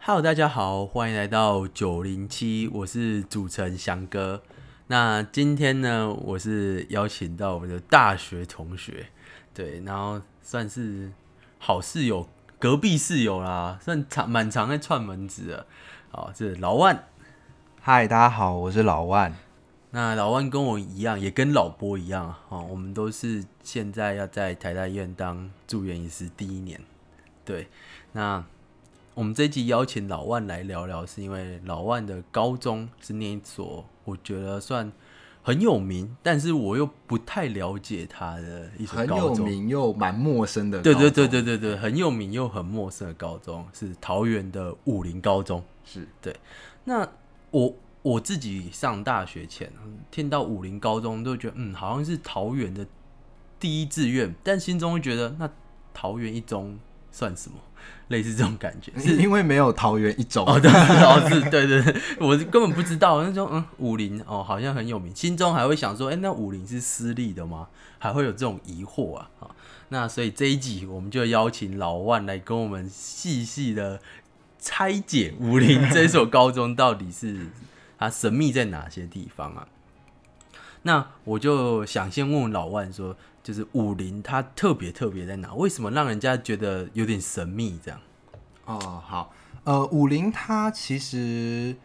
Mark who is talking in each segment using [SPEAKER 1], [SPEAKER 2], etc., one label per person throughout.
[SPEAKER 1] Hello，大家好，欢迎来到九零七，我是主持人翔哥。那今天呢，我是邀请到我的大学同学，对，然后算是好室友，隔壁室友啦，算常蛮常在串门子的。好，这老万，
[SPEAKER 2] 嗨，大家好，我是老万。
[SPEAKER 1] 那老万跟我一样，也跟老波一样啊、哦，我们都是现在要在台大医院当住院医师第一年。对，那我们这一集邀请老万来聊聊，是因为老万的高中是念一所我觉得算很有名，但是我又不太了解他的一所
[SPEAKER 2] 很
[SPEAKER 1] 高
[SPEAKER 2] 有
[SPEAKER 1] 中。
[SPEAKER 2] 名又蛮陌生的，
[SPEAKER 1] 对对对，对对对，很有名又很陌生的高中是桃园的武林高中。
[SPEAKER 2] 是
[SPEAKER 1] 那我我自己上大学前啊听到武林高中，都觉得嗯，好像是桃园的第一志愿，但心中会觉得那桃园一中算什么？ 类似这种感觉。是
[SPEAKER 2] 因为没有桃园一中，
[SPEAKER 1] 哦，对，哦是，对对对，我根本不知道。那时候嗯，武林哦好像很有名，心中还会想说，哎、那武林是私立的吗？还会有这种疑惑啊。啊、那所以这一集我们就邀请老万来跟我们细细的拆解武林这所高中到底是它神秘在哪些地方 啊？那我就想先问问老万说，就是武林它特别特别在哪？为什么让人家觉得有点神秘？这样
[SPEAKER 2] 哦，好，呃，武林它其实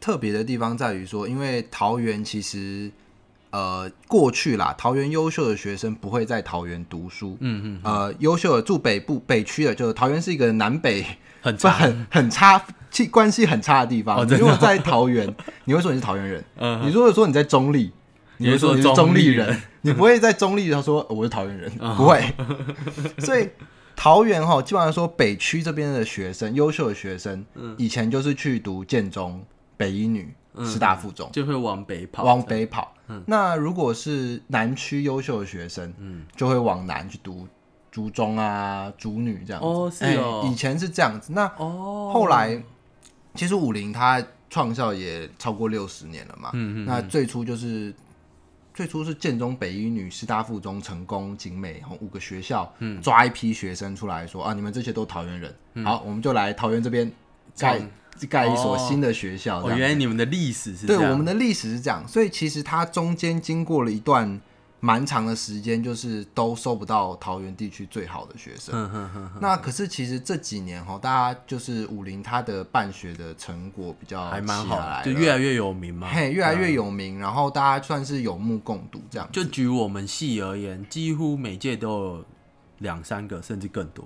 [SPEAKER 2] 特别的地方在于说，因为桃园其实呃过去啦，桃园优秀的学生不会在桃园读书，嗯嗯，呃，优秀的住北部北区的，就是桃园是一个南北
[SPEAKER 1] 很
[SPEAKER 2] 不
[SPEAKER 1] 差，
[SPEAKER 2] 很 很差。气关系很差的地方，
[SPEAKER 1] 哦
[SPEAKER 2] 你
[SPEAKER 1] 真的
[SPEAKER 2] 如果在桃园，你会说你是桃园人；
[SPEAKER 1] 嗯
[SPEAKER 2] 你如果说你在中立，
[SPEAKER 1] 你
[SPEAKER 2] 你
[SPEAKER 1] 会
[SPEAKER 2] 会
[SPEAKER 1] 说
[SPEAKER 2] 说你是中立
[SPEAKER 1] 中立嗯
[SPEAKER 2] 人，你不会在中立他说、呃我是桃园人，不会。 所以桃园哈，基本上说北区这边的学生，优秀的学生，
[SPEAKER 1] 嗯
[SPEAKER 2] 以前就是去读建中、北一女、师大附中，
[SPEAKER 1] 就会往北跑，
[SPEAKER 2] 往北跑。
[SPEAKER 1] 嗯
[SPEAKER 2] 那如果是南区优秀的学生，嗯，就会往南去读竹中啊、竹女这样子。
[SPEAKER 1] 哦是
[SPEAKER 2] 哎
[SPEAKER 1] 哦
[SPEAKER 2] 以前是这样子。那
[SPEAKER 1] 哦，
[SPEAKER 2] 后来，其实武林它创校也超过六十年了嘛。
[SPEAKER 1] 嗯
[SPEAKER 2] 那最初就是最初是建中、北一女、师大附中、成功、景美，然后五个学校、
[SPEAKER 1] 嗯
[SPEAKER 2] 抓一批学生出来说啊，你们这些都桃园人，好，我们就来桃园这边盖盖一所
[SPEAKER 1] 哦
[SPEAKER 2] 新的学校。
[SPEAKER 1] 哦，
[SPEAKER 2] 这样
[SPEAKER 1] 原来你们的历史是这
[SPEAKER 2] 对，
[SPEAKER 1] 样，
[SPEAKER 2] 我们的历史是这样，所以其实它中间经过了一段蛮长的时间，就是都收不到桃园地区最好的学生。
[SPEAKER 1] 哼哼哼，
[SPEAKER 2] 那可是其实这几年哈，大家就是武林它的办学的成果比较
[SPEAKER 1] 还蛮
[SPEAKER 2] 起
[SPEAKER 1] 好啊哎的，
[SPEAKER 2] 来
[SPEAKER 1] 就
[SPEAKER 2] 了
[SPEAKER 1] 越来越有名嘛。
[SPEAKER 2] 嘿越来越有名，然后大家算是有目共睹这样。
[SPEAKER 1] 就举我们系而言，几乎每届都有两三个，甚至更多。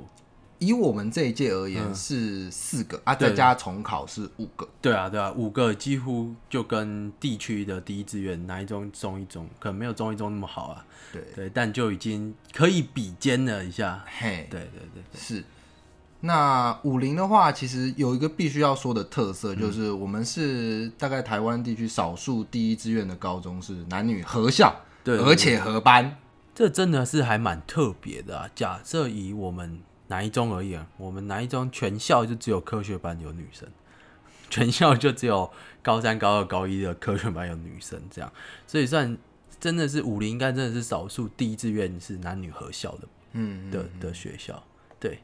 [SPEAKER 2] 以我们这一届而言是四个、啊，再
[SPEAKER 1] 嗯对
[SPEAKER 2] 加重考是五个。
[SPEAKER 1] 对啊，对啊，五个几乎就跟地区的第一志愿哪一中中一中，可能没有中一中那么好啊。
[SPEAKER 2] 对
[SPEAKER 1] 对，但就已经可以比肩了一下。
[SPEAKER 2] 嘿，
[SPEAKER 1] 对对对，
[SPEAKER 2] 是。那武林的话，其实有一个必须要说的特
[SPEAKER 1] 嗯
[SPEAKER 2] 色，就是我们是大概台湾地区少数第一志愿的高中是男女合校，
[SPEAKER 1] 对
[SPEAKER 2] 而且合班。
[SPEAKER 1] 这真的是还蛮特别的啊。假设以我们南一中而言，我们南一中全校就只有科学班有女生， 全校就只有高三、高二、高一的科学班有女生，这样，所以算真的是武林，应该真的是少数第一志愿是男女合校的
[SPEAKER 2] 嗯，
[SPEAKER 1] 的的学校。对，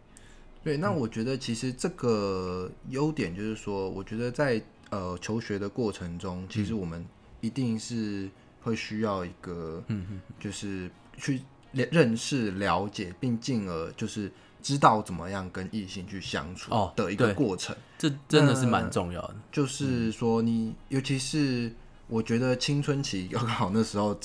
[SPEAKER 2] 对。那我觉得其实这个优点就是说，我觉得在呃求学的过程中，其实我们一定是会需要一个，嗯就是去了认识、了解，并进而就是知道怎么样跟异性去相处
[SPEAKER 1] 哦
[SPEAKER 2] 的一个
[SPEAKER 1] 对
[SPEAKER 2] 过程。
[SPEAKER 1] 这真的是蛮重要的。嗯
[SPEAKER 2] 就是说你，尤其是我觉得青春期要考那时候，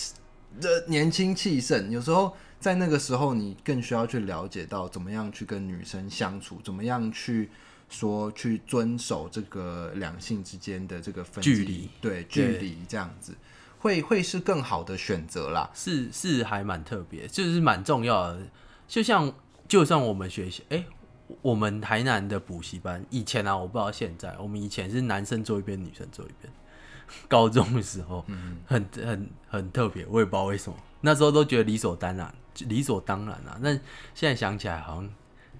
[SPEAKER 2] 这年轻气盛，有时候在那个时候，你更需要去了解到怎么样去跟女生相处，怎么样去说去遵守这个两性之间的这个分
[SPEAKER 1] 距
[SPEAKER 2] 际
[SPEAKER 1] 离，对
[SPEAKER 2] 对距离这样子，会会是更好的选择啦。
[SPEAKER 1] 是是还蛮特别，就是蛮重要的。就像就像我们学校，哎、我们台南的补习班以前啊，我不知道现在，我们以前是男生坐一边，女生坐一边。高中的时候，很很很特别，我也不知道为什么，那时候都觉得理所当然，理所当然啊。但现在想起来，好像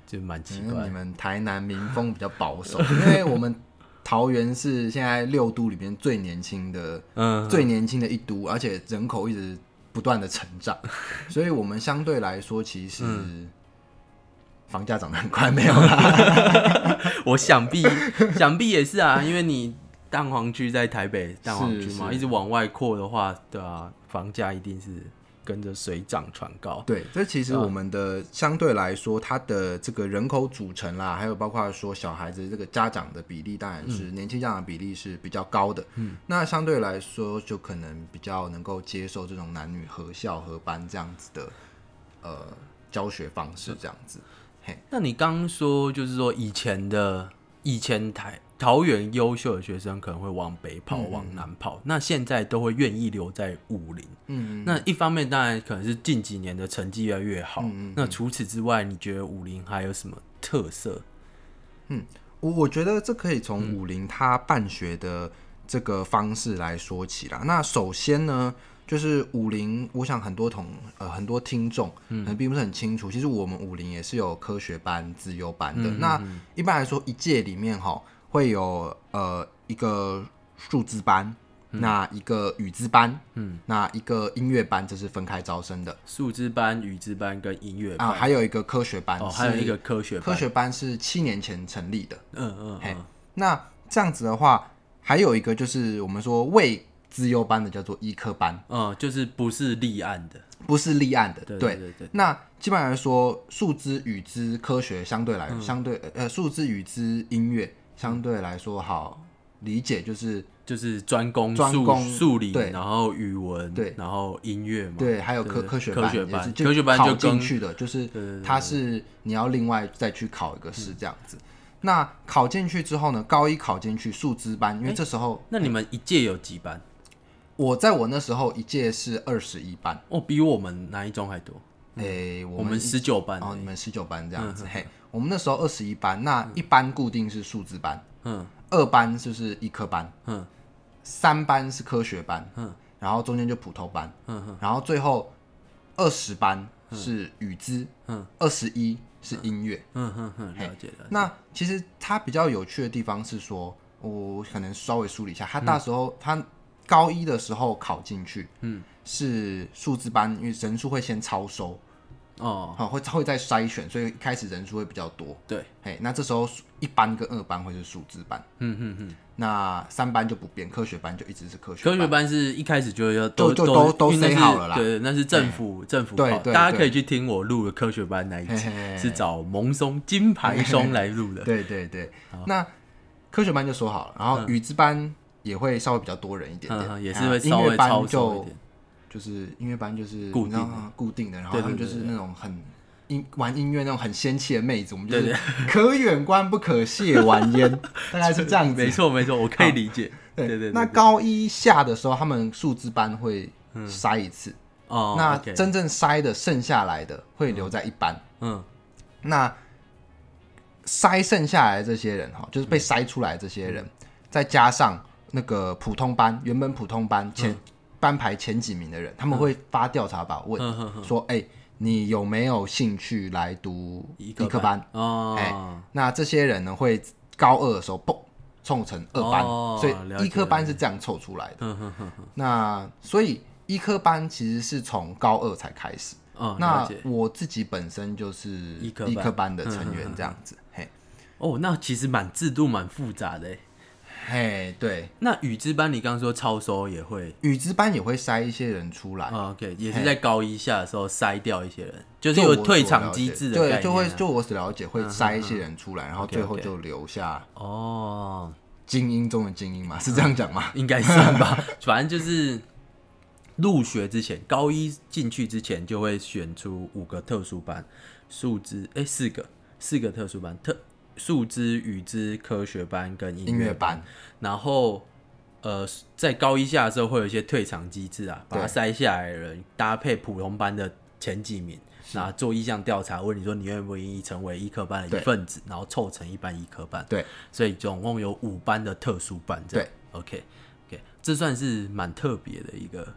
[SPEAKER 1] 就蛮奇
[SPEAKER 2] 因
[SPEAKER 1] 怪
[SPEAKER 2] 为
[SPEAKER 1] 的
[SPEAKER 2] 你。们台南民风比较保守，因为我们桃园是现在六都里边最年轻的
[SPEAKER 1] 嗯，
[SPEAKER 2] 最年轻的一都，而且人口一直不断的成长，所以我们相对来说其实房价涨得很快，没有啦。
[SPEAKER 1] 我想必想必也是啊，因为你蛋黄区在台北蛋黄区嘛，
[SPEAKER 2] 是
[SPEAKER 1] 一直往外扩的话，对啊，房价一定是跟着水涨船高。
[SPEAKER 2] 对，这其实我们的相对来说，它的这个人口组成啦，还有包括说小孩子这个家长的比例，当然是、年轻家长的比例是比较高的。嗯，那相对来说，就可能比较能够接受这种男女合校合班这样子的呃教学方式，这样子。
[SPEAKER 1] 那你刚刚说，就是说以前的以前台桃园优秀的学生可能会往北跑、往南跑，那现在都会愿意留在武林。
[SPEAKER 2] 嗯，
[SPEAKER 1] 那一方面当然可能是近几年的成绩越来越好。
[SPEAKER 2] 嗯嗯
[SPEAKER 1] 那除此之外，你觉得武林还有什么特色？
[SPEAKER 2] 我我觉得这可以从
[SPEAKER 1] 嗯
[SPEAKER 2] 武林他办学的这个方式来说起啦。那首先呢，就是武林，我想很多同呃很多听众可
[SPEAKER 1] 嗯
[SPEAKER 2] 能并不是很清楚，其实我们武林也是有科学班、自由班
[SPEAKER 1] 嗯
[SPEAKER 2] 的。那一般来说，一届里面哈会有呃一个数字班。
[SPEAKER 1] 嗯
[SPEAKER 2] 那一个语资班，嗯，那一个音乐班，这是分开招生的
[SPEAKER 1] 数之班、语之班跟音乐班，
[SPEAKER 2] 啊，还有一个科学班
[SPEAKER 1] 哦，
[SPEAKER 2] 是
[SPEAKER 1] 还有一个科学
[SPEAKER 2] 科
[SPEAKER 1] 班。
[SPEAKER 2] 学班是七年前成立的，
[SPEAKER 1] 嗯嗯
[SPEAKER 2] 嘿
[SPEAKER 1] 嗯，
[SPEAKER 2] 那这样子的话，还有一个就是我们说未资优班的叫做医科班，
[SPEAKER 1] 嗯，就是不是立案的。
[SPEAKER 2] 不是立案的。
[SPEAKER 1] 对
[SPEAKER 2] 对
[SPEAKER 1] 对对，
[SPEAKER 2] 那基本上来说，数资、语资、科学相对
[SPEAKER 1] 嗯
[SPEAKER 2] 来、相对呃，数资、语资、音乐相对来说好理解，就是
[SPEAKER 1] 就是专攻
[SPEAKER 2] 专
[SPEAKER 1] 数
[SPEAKER 2] 攻
[SPEAKER 1] 数理，
[SPEAKER 2] 对
[SPEAKER 1] 然后语文，
[SPEAKER 2] 对
[SPEAKER 1] 然后音乐嘛。
[SPEAKER 2] 对，还有科
[SPEAKER 1] 嗯对
[SPEAKER 2] 科学
[SPEAKER 1] 科
[SPEAKER 2] 班
[SPEAKER 1] 学
[SPEAKER 2] 也
[SPEAKER 1] 班
[SPEAKER 2] 是
[SPEAKER 1] 科学班就
[SPEAKER 2] 考进
[SPEAKER 1] 跟
[SPEAKER 2] 去的，就是
[SPEAKER 1] 对嗯对对
[SPEAKER 2] 它是你要另外再去考一个试这样子。那考进去之后呢，高一考进去数资班，因为这时候
[SPEAKER 1] 那你们一届有几班？
[SPEAKER 2] 我在我那时候一届是二十一班。
[SPEAKER 1] 哦，比我们哪一中还多？
[SPEAKER 2] 诶、
[SPEAKER 1] 我
[SPEAKER 2] 哎我
[SPEAKER 1] 们嗯
[SPEAKER 2] 们
[SPEAKER 1] 十九班欸
[SPEAKER 2] 哦，
[SPEAKER 1] 而已。
[SPEAKER 2] 你们十九班这样子，嘿，我们那时候二十一班，那一班固定是数字班，
[SPEAKER 1] 嗯
[SPEAKER 2] 二班就是一科班，
[SPEAKER 1] 嗯
[SPEAKER 2] 三班是科学班，
[SPEAKER 1] 嗯，
[SPEAKER 2] 然后中间就普通班，
[SPEAKER 1] 嗯
[SPEAKER 2] 然后最后二十班是语资，
[SPEAKER 1] 嗯，
[SPEAKER 2] 二十一是音乐。
[SPEAKER 1] 嗯嗯嗯，了解了解。
[SPEAKER 2] 那其实它比较有趣的地方是说，我可能稍微梳理一下，他
[SPEAKER 1] 嗯
[SPEAKER 2] 那时候、他高一的时候考进去，嗯，是数字班，因为人数会先超收，
[SPEAKER 1] 哦，
[SPEAKER 2] 好、会会再筛选，所以一开始人数会比较多。
[SPEAKER 1] 对，
[SPEAKER 2] 嘿，那这时候一班跟二班会是数字班，
[SPEAKER 1] 嗯嗯嗯，
[SPEAKER 2] 那三班就不变，科学班就一直是科学
[SPEAKER 1] 科
[SPEAKER 2] 班。
[SPEAKER 1] 学班是一开始就要都
[SPEAKER 2] 就就
[SPEAKER 1] 都
[SPEAKER 2] 都都
[SPEAKER 1] 因为那是
[SPEAKER 2] say 好了啦
[SPEAKER 1] 对对，那是政府政府
[SPEAKER 2] 对
[SPEAKER 1] 报，
[SPEAKER 2] 对
[SPEAKER 1] 大家
[SPEAKER 2] 对
[SPEAKER 1] 可以去听我录的科学班那一集
[SPEAKER 2] 嘿嘿，嘿
[SPEAKER 1] 是找蒙松金牌松来录的。
[SPEAKER 2] 对对对，那科学班就说好了，然后语资班也会稍微比较多人一点点，
[SPEAKER 1] 嗯嗯，嗯也是
[SPEAKER 2] 啊
[SPEAKER 1] 会
[SPEAKER 2] 音
[SPEAKER 1] 稍
[SPEAKER 2] 乐
[SPEAKER 1] 微超
[SPEAKER 2] 班
[SPEAKER 1] 收一
[SPEAKER 2] 就
[SPEAKER 1] 点。
[SPEAKER 2] 就是音乐班就是
[SPEAKER 1] 固
[SPEAKER 2] 你知道
[SPEAKER 1] 定的
[SPEAKER 2] 吗固定的，然后
[SPEAKER 1] 对对
[SPEAKER 2] 他们
[SPEAKER 1] 对
[SPEAKER 2] 就是
[SPEAKER 1] 对
[SPEAKER 2] 那种很。音玩音乐那种很仙气的妹子，我们就
[SPEAKER 1] 对
[SPEAKER 2] 是可远观不可亵玩 焉，大概是这样子。
[SPEAKER 1] 没错没错，我可以理 解。对对对，
[SPEAKER 2] 那
[SPEAKER 1] 对
[SPEAKER 2] 高一下的时候，他们数字班会筛一次，
[SPEAKER 1] 嗯哦，
[SPEAKER 2] 那
[SPEAKER 1] OK
[SPEAKER 2] 真正筛的剩下来的会留在一班。
[SPEAKER 1] 嗯
[SPEAKER 2] 那筛剩下来的这些人哈，就是被筛出来的这些
[SPEAKER 1] 嗯
[SPEAKER 2] 人，再加上那个普通班原本普通班
[SPEAKER 1] 嗯
[SPEAKER 2] 前、班排前几名的人，他们会发调查吧问、
[SPEAKER 1] 嗯嗯嗯
[SPEAKER 2] 说，哎、你有没有兴趣来读
[SPEAKER 1] 一
[SPEAKER 2] 科
[SPEAKER 1] 科
[SPEAKER 2] 班？
[SPEAKER 1] 哦
[SPEAKER 2] 哎，那这些人呢，会高二的时候蹦凑成二班，
[SPEAKER 1] 哦
[SPEAKER 2] 所
[SPEAKER 1] 了
[SPEAKER 2] 以
[SPEAKER 1] 解
[SPEAKER 2] 医科班是这样凑出来的。
[SPEAKER 1] 嗯哼哼哼，
[SPEAKER 2] 那所以医科班其实是从高二才开始。
[SPEAKER 1] 哦，了
[SPEAKER 2] 那
[SPEAKER 1] 解。
[SPEAKER 2] 我自己本身就是医
[SPEAKER 1] 科班嗯
[SPEAKER 2] 科班的成员，这样子。嘿，
[SPEAKER 1] 哦，那其实蛮制度蛮复杂的耶。欸
[SPEAKER 2] 嘿，对，
[SPEAKER 1] 那语之班你刚刚说超收也会
[SPEAKER 2] 语资班也会筛一些人出来，
[SPEAKER 1] 哦，OK，也是
[SPEAKER 2] 嘿
[SPEAKER 1] 在高一下的时候筛掉一些人，就是
[SPEAKER 2] 就
[SPEAKER 1] 有
[SPEAKER 2] 我
[SPEAKER 1] 退
[SPEAKER 2] 所
[SPEAKER 1] 场
[SPEAKER 2] 了
[SPEAKER 1] 机
[SPEAKER 2] 解
[SPEAKER 1] 制的概念啊。嗯
[SPEAKER 2] 对，就会就我所了解会筛一些人出来，然后最后
[SPEAKER 1] OK，OK
[SPEAKER 2] 就留下
[SPEAKER 1] 哦，
[SPEAKER 2] 精英中的精英嘛，是这样讲吗？
[SPEAKER 1] 应该算吧，反正就是入学之前，高一进去之前就会选出五个特殊班，数资哎四个四个特殊班，特数资、语资、科学班跟音
[SPEAKER 2] 音乐
[SPEAKER 1] 乐班，
[SPEAKER 2] 班，
[SPEAKER 1] 然后。呃，在高一下的时候会有一些退场机制啊，把它筛下来的人搭配普通班的前几名，那做意向调查，问你说你愿不愿意成为医科班的一
[SPEAKER 2] 对
[SPEAKER 1] 份子，然后凑成一班医科班。
[SPEAKER 2] 对，
[SPEAKER 1] 所以总共有五班的特殊班这样。，OK OK，这算是蛮特别的一个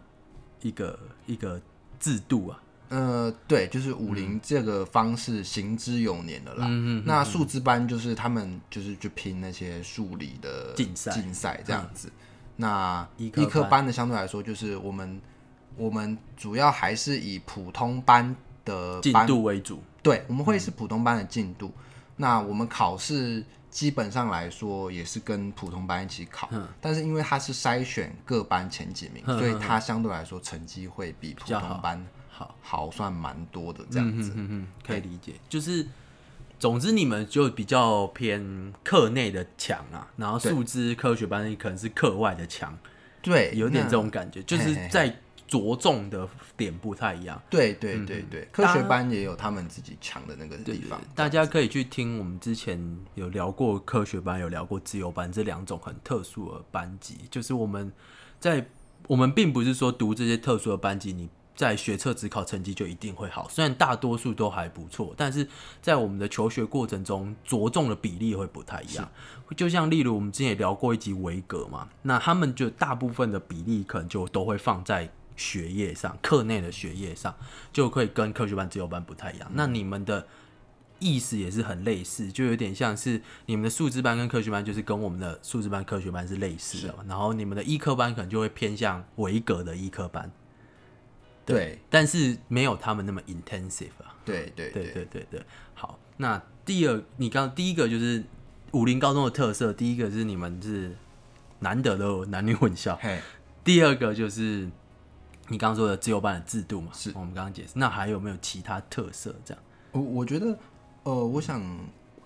[SPEAKER 1] 一个一个制度啊。
[SPEAKER 2] 呃，对，就是武
[SPEAKER 1] 嗯
[SPEAKER 2] 林这个方式行之有年了啦。那数字班就是他们就是去拼那些数理的
[SPEAKER 1] 竞赛嗯
[SPEAKER 2] 竞赛这样子。那
[SPEAKER 1] 医
[SPEAKER 2] 医
[SPEAKER 1] 科班
[SPEAKER 2] 科班的相对来说，就是我们我们主要还是以普通班的
[SPEAKER 1] 进
[SPEAKER 2] 班
[SPEAKER 1] 度为主，
[SPEAKER 2] 对，我们会
[SPEAKER 1] 嗯
[SPEAKER 2] 是普通班的进度。那我们考试基本上来说也是跟普通班一起考，但是因为它是筛选各班前几名，
[SPEAKER 1] 嗯
[SPEAKER 2] 所以它相对来说成绩会比普
[SPEAKER 1] 较
[SPEAKER 2] 通
[SPEAKER 1] 好
[SPEAKER 2] 班
[SPEAKER 1] 好
[SPEAKER 2] 好算蛮多的这样子。
[SPEAKER 1] 嗯嗯，可以理解。就是，总之你们就比较偏课内的强啊，然后数资科学班可能是课外的强，
[SPEAKER 2] 对，
[SPEAKER 1] 有点
[SPEAKER 2] 那
[SPEAKER 1] 这种感觉，就是在着重的点不太一样。
[SPEAKER 2] 对对
[SPEAKER 1] 嗯
[SPEAKER 2] 对对，科学班也有他们自己强的那个地方。
[SPEAKER 1] 大家可以去听我们之前有聊过科学班，有聊过自由班这两种很特殊的班级。就是我们在我们并不是说读这些特殊的班级，你在学测只考成绩就一定会好，虽然大多数都还不错，但是在我们的求学过程中，着重的比例会不太一样。就像例如我们之前也聊过一集维格嘛，那他们就大部分的比例可能就都会放在学业上，课内的学业上，就会跟科学班、自由班不太一样。那你们的意思也是很类似，就有点像是你们的数字班跟科学班，就是跟我们的数字班、科学班是类似的嘛。然后你们的医科班可能就会偏向维格的医科班，
[SPEAKER 2] 对
[SPEAKER 1] 但是没有他们那么 intensive 啊。
[SPEAKER 2] 对对
[SPEAKER 1] 对对对对，好。那第二，你刚第一个就是武林高中的特色，第一个是你们是难得的男女混校，
[SPEAKER 2] 嘿，
[SPEAKER 1] 第二个就是你刚刚说的自由班的制度嘛，
[SPEAKER 2] 是
[SPEAKER 1] 我们刚刚解释。那还有没有其他特色？这样，
[SPEAKER 2] 我我觉得，呃，我想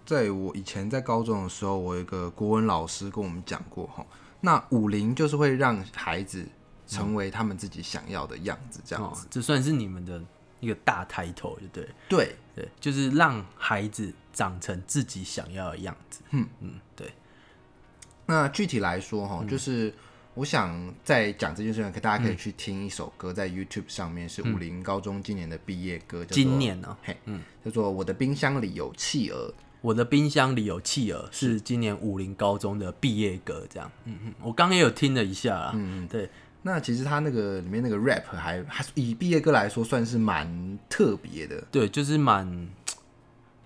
[SPEAKER 2] 在我以前在高中的时候，我有一个国文老师跟我们讲过哈，那武林就是会让孩子成为他们自己想要的样子，这样
[SPEAKER 1] 哦
[SPEAKER 2] 子。，
[SPEAKER 1] 这算是你们的一个大抬头，就对了
[SPEAKER 2] 对，
[SPEAKER 1] 对，就是让孩子长成自己想要的样子。嗯嗯，对，
[SPEAKER 2] 那具体来说
[SPEAKER 1] 嗯
[SPEAKER 2] 哈，就是我想在讲这件事情，可大家可以去听一首歌，在 YouTube 上面是武林高中今年的毕业歌，叫
[SPEAKER 1] 嗯
[SPEAKER 2] 做
[SPEAKER 1] 今年呢、嗯
[SPEAKER 2] 嘿，叫做《我的冰箱里有企鹅》。
[SPEAKER 1] 我的冰箱里有企鹅，是今年武林高中的毕业歌，这样。嗯嗯，我刚刚也有听了一下啦。嗯嗯，对，
[SPEAKER 2] 那其实他那个里面那个 rap 还还以毕业歌来说算是蛮特别的，
[SPEAKER 1] 对，就是蛮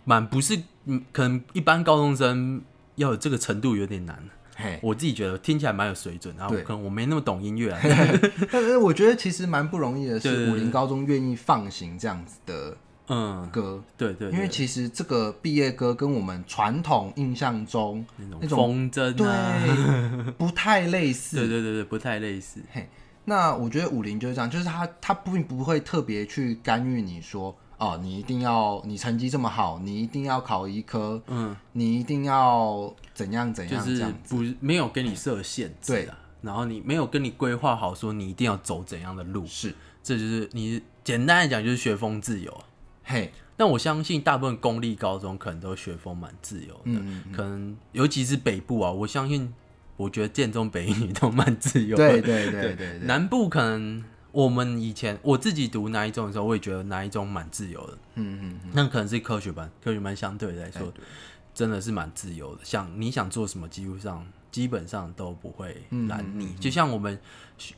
[SPEAKER 1] 蛮不是，嗯可能一般高中生要有这个程度有点难。
[SPEAKER 2] 嘿。
[SPEAKER 1] 我自己觉得听起来蛮有水准，然后
[SPEAKER 2] 对
[SPEAKER 1] 可能我没那么懂音乐啊。
[SPEAKER 2] 但是我觉得其实蛮不容易的
[SPEAKER 1] 对对
[SPEAKER 2] 是，
[SPEAKER 1] 对
[SPEAKER 2] 武林高中愿意放行这样子的
[SPEAKER 1] 嗯，
[SPEAKER 2] 歌，
[SPEAKER 1] 对对
[SPEAKER 2] 因为其实这个毕业歌跟我们传统印象中
[SPEAKER 1] 那种
[SPEAKER 2] 那种
[SPEAKER 1] 风筝啊，
[SPEAKER 2] 对不太类
[SPEAKER 1] 对
[SPEAKER 2] 似。
[SPEAKER 1] 对对对，不太类似。
[SPEAKER 2] 嘿，那我觉得武林就是这样，就是他他并不会特别去干预你说哦，你一定要你成绩这么好，你一定要考医科，嗯，你一定要怎样怎
[SPEAKER 1] 就
[SPEAKER 2] 样这
[SPEAKER 1] 是
[SPEAKER 2] 样。
[SPEAKER 1] 不没有给你设限制、啊，
[SPEAKER 2] 对
[SPEAKER 1] 然后你没有跟你规划好说你一定要走怎样的路，
[SPEAKER 2] 是，
[SPEAKER 1] 这就是你简单来讲就是学风自由啊。
[SPEAKER 2] 嘿，
[SPEAKER 1] 但我相信大部分公立高中可能都学风蛮自由的，
[SPEAKER 2] 嗯
[SPEAKER 1] 可能尤其是北部啊，我相信我觉得建中北一女都蛮自由的，
[SPEAKER 2] 对对对对对，
[SPEAKER 1] 南部可能我们以前我自己读哪一中的时候，我也觉得哪一中蛮自由的，
[SPEAKER 2] 嗯嗯，哎
[SPEAKER 1] 那可能是科学班，科学班相对来说
[SPEAKER 2] 对
[SPEAKER 1] 真的是蛮自由的，想你想做什么，几乎上基本上都不会
[SPEAKER 2] 嗯
[SPEAKER 1] 拦你。就像我们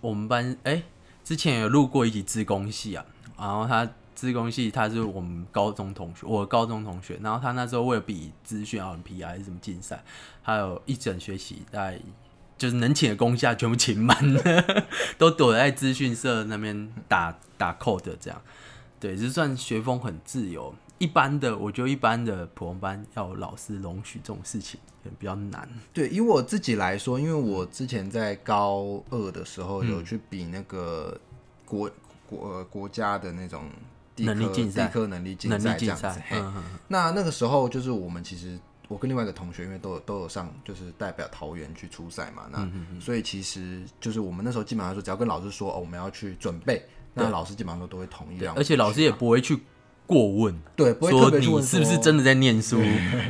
[SPEAKER 1] 我们班，哎、之前有录过一集自工系啊，然后他自工系他是我们高中同学，我的高中同学，然后他那时候为了比资讯 LMP 还是什么竞赛，还有一整学期在。就是能请的工下全部请满了， 都躲在资讯社那边打打 code 这样。对，就算学风很自由，一般的我觉得一般的普通班要有老师容许这种事情可能比较难。
[SPEAKER 2] 对，以我自己来说，因为我
[SPEAKER 1] 嗯
[SPEAKER 2] 之前在高二的时候有去比那个国国、呃、国家的那种地科
[SPEAKER 1] 能力竞赛
[SPEAKER 2] 地科能力竞
[SPEAKER 1] 能力
[SPEAKER 2] 赛这
[SPEAKER 1] 竞
[SPEAKER 2] 样子。
[SPEAKER 1] 赛，
[SPEAKER 2] 嘿
[SPEAKER 1] 嗯，嗯
[SPEAKER 2] 那那个时候就是我们其实我跟另外一个同学，因为都有都有上就是代表桃园去出赛嘛，
[SPEAKER 1] 嗯
[SPEAKER 2] 那、所以其实就是我们那时候基本上说，只要跟老师说哦我们要去准备，那老师啊基本上都都会同意
[SPEAKER 1] 对
[SPEAKER 2] 让我们
[SPEAKER 1] 而且老师也不会去过问，
[SPEAKER 2] 对不会特
[SPEAKER 1] 说
[SPEAKER 2] 别去
[SPEAKER 1] 你
[SPEAKER 2] 问
[SPEAKER 1] 是不是
[SPEAKER 2] 说
[SPEAKER 1] 真的在念 书，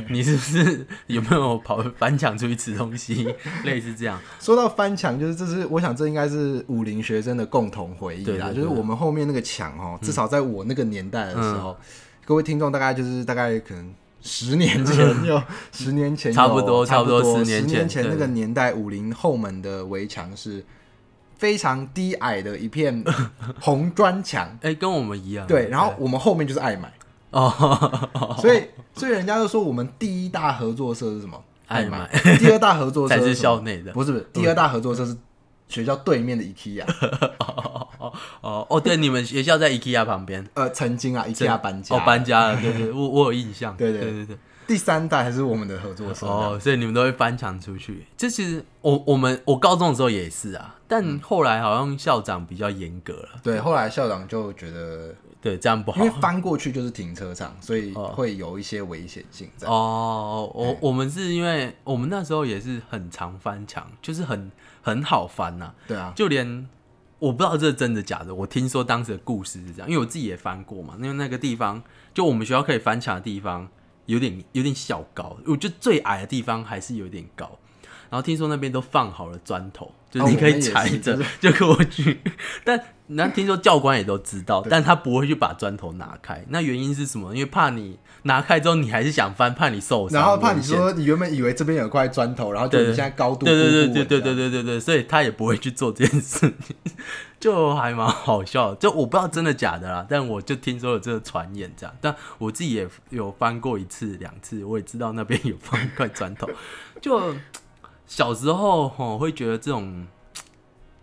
[SPEAKER 1] 你是不是有没有跑翻墙出去吃东西，类似这样。
[SPEAKER 2] 说到翻墙，就是这是我想这应该是武林学生的共同回忆啦。
[SPEAKER 1] 对对对嗯
[SPEAKER 2] 就是我们后面那个墙哦，至少在我那个年代的时候，各位听众大概就是大概可能。十 年前有，十年前有
[SPEAKER 1] 差不多
[SPEAKER 2] 差
[SPEAKER 1] 差不多
[SPEAKER 2] 多
[SPEAKER 1] 十年前
[SPEAKER 2] 十年前
[SPEAKER 1] 对
[SPEAKER 2] 那个年代，武林后门的围墙是非常低矮的 一片红砖墙，
[SPEAKER 1] 哎、跟我们一样。
[SPEAKER 2] 对，然后我们后面就是爱买，
[SPEAKER 1] 哦，
[SPEAKER 2] 所以所以人家就说我们第一大合作社是什么？
[SPEAKER 1] 爱
[SPEAKER 2] 买。第二大合作 社
[SPEAKER 1] 才是
[SPEAKER 2] 什么
[SPEAKER 1] 校内的
[SPEAKER 2] 不是不是，第二大合作社是学校对面的 IKEA，
[SPEAKER 1] 哦哦哦，对，你们学校在 IKEA 旁边，
[SPEAKER 2] 呃，曾经啊，IKEA 搬家，
[SPEAKER 1] 哦，搬家了，对对，我我有印象，
[SPEAKER 2] 对
[SPEAKER 1] 对
[SPEAKER 2] 对
[SPEAKER 1] 对对。
[SPEAKER 2] 第三代还是我们的合作社。
[SPEAKER 1] 哦，所以你们都会翻墙出去。这其实我我们我高中的时候也是啊，
[SPEAKER 2] 嗯
[SPEAKER 1] 但后来好像校长比较严格了，
[SPEAKER 2] 对，后来校长就觉得，
[SPEAKER 1] 对，这样不好
[SPEAKER 2] 因为。翻过去就是停车场，所以会有一些危险性在。
[SPEAKER 1] 哦，我
[SPEAKER 2] 哎
[SPEAKER 1] 我们是因为我们那时候也是很常翻墙，就是很很好翻呐、
[SPEAKER 2] 对啊，
[SPEAKER 1] 就连我不知道这是真的假的，我听说当时的故事是这样，因为我自己也翻过嘛，因为那个地方就我们学校可以翻墙的地方有点有点小高，我觉得最矮的地方还是有点高。然后听说那边都放好了砖头，就是你可以踩着、
[SPEAKER 2] 哦我们
[SPEAKER 1] 就过去， 但那听说教官也都知道，但他不会去把砖头拿开。那原因是什么？因为怕你拿开之后你还是想翻，怕你受伤，
[SPEAKER 2] 然后怕
[SPEAKER 1] 危
[SPEAKER 2] 你
[SPEAKER 1] 险
[SPEAKER 2] 说你原本以为这边有块砖头，然后就你
[SPEAKER 1] 对
[SPEAKER 2] 现在高度
[SPEAKER 1] 对对对对
[SPEAKER 2] 估不稳
[SPEAKER 1] 对
[SPEAKER 2] 这
[SPEAKER 1] 对
[SPEAKER 2] 样
[SPEAKER 1] 对对对，所以他也不会去做这件事情， 就还蛮好笑的。就我不知道真的假的啦，但我就听说有这个传言这样。但我自己也有翻过一次两次，我也知道那边有放一块砖头。就小时候吼、会觉得这种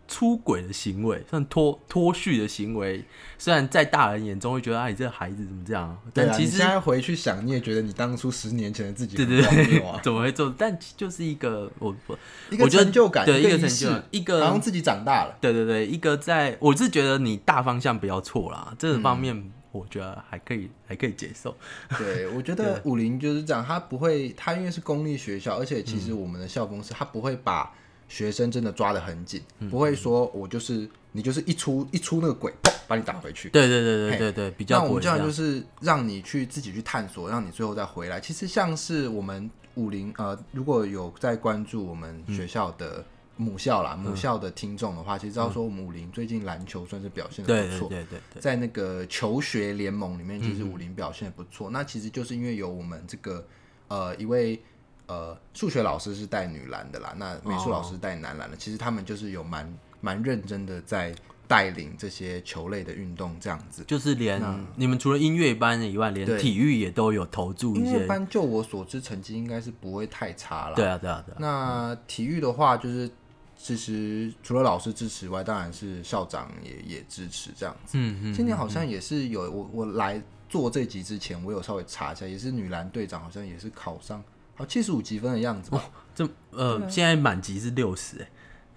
[SPEAKER 1] 出轨的行为，算脱脱序的行为，虽然在大人眼中会觉得啊，你这个孩子怎么这样啊，
[SPEAKER 2] 对
[SPEAKER 1] 但
[SPEAKER 2] 啊，
[SPEAKER 1] 其
[SPEAKER 2] 你
[SPEAKER 1] 实
[SPEAKER 2] 现在回去想，你也觉得你当初十年前的自己
[SPEAKER 1] 对
[SPEAKER 2] 很
[SPEAKER 1] 对对
[SPEAKER 2] 荒谬，啊，
[SPEAKER 1] 怎么会做？但就是一个我我
[SPEAKER 2] 一
[SPEAKER 1] 我
[SPEAKER 2] 个
[SPEAKER 1] 觉得
[SPEAKER 2] 成就感，
[SPEAKER 1] 对一
[SPEAKER 2] 一
[SPEAKER 1] 个
[SPEAKER 2] 仪
[SPEAKER 1] 成
[SPEAKER 2] 式
[SPEAKER 1] 就感一个
[SPEAKER 2] 好像自己长大了。
[SPEAKER 1] 对对对，一个在我是觉得你大方向不要错啦，这
[SPEAKER 2] 嗯
[SPEAKER 1] 个方面我觉得还可以，还可以接受。
[SPEAKER 2] 对，我觉得武林就是这样，他不会，他因为是公立学校，而且其实
[SPEAKER 1] 嗯
[SPEAKER 2] 我们的校风是，他不会把学生真的抓得很紧，
[SPEAKER 1] 嗯
[SPEAKER 2] 不会说我就是你就是一出一出那个轨，砰把你打回去。
[SPEAKER 1] 对对对对对对，比较
[SPEAKER 2] 那我
[SPEAKER 1] 不会
[SPEAKER 2] 们
[SPEAKER 1] 这
[SPEAKER 2] 这样
[SPEAKER 1] 样。
[SPEAKER 2] 就是让你去自己去探索，让你最后再回来。其实像是我们武林呃，如果有在关注我们
[SPEAKER 1] 嗯
[SPEAKER 2] 学校的母校啦、母校的听众的话，其实知道说我们武林最近篮球算是表现的
[SPEAKER 1] 嗯对
[SPEAKER 2] 不
[SPEAKER 1] 对
[SPEAKER 2] 错，
[SPEAKER 1] 对对对，
[SPEAKER 2] 在那个求学联盟里面，其实武林表现的不错。那其实就是因为有我们这个呃一位呃数学老师是带女篮的啦，那美术老师带男篮的，其实他们就是有蛮蛮认真的在带领这些球类的运动这样子。
[SPEAKER 1] 就是连你们除了音乐班以外，连
[SPEAKER 2] 对
[SPEAKER 1] 体育也都有投注一
[SPEAKER 2] 音乐
[SPEAKER 1] 些。
[SPEAKER 2] 班就我所知，成绩应该是不会太差啦。
[SPEAKER 1] 对啊对啊对啊，
[SPEAKER 2] 那体育的话，就是其实除了老师支持外，当然是校长也也支持这样子。
[SPEAKER 1] 嗯嗯，
[SPEAKER 2] 今年好像也是有我我来做这集之前，我有稍微查一下，也是女篮队长好像也是考上好七十五积分的样子吧。
[SPEAKER 1] 这呃现在满级是六十，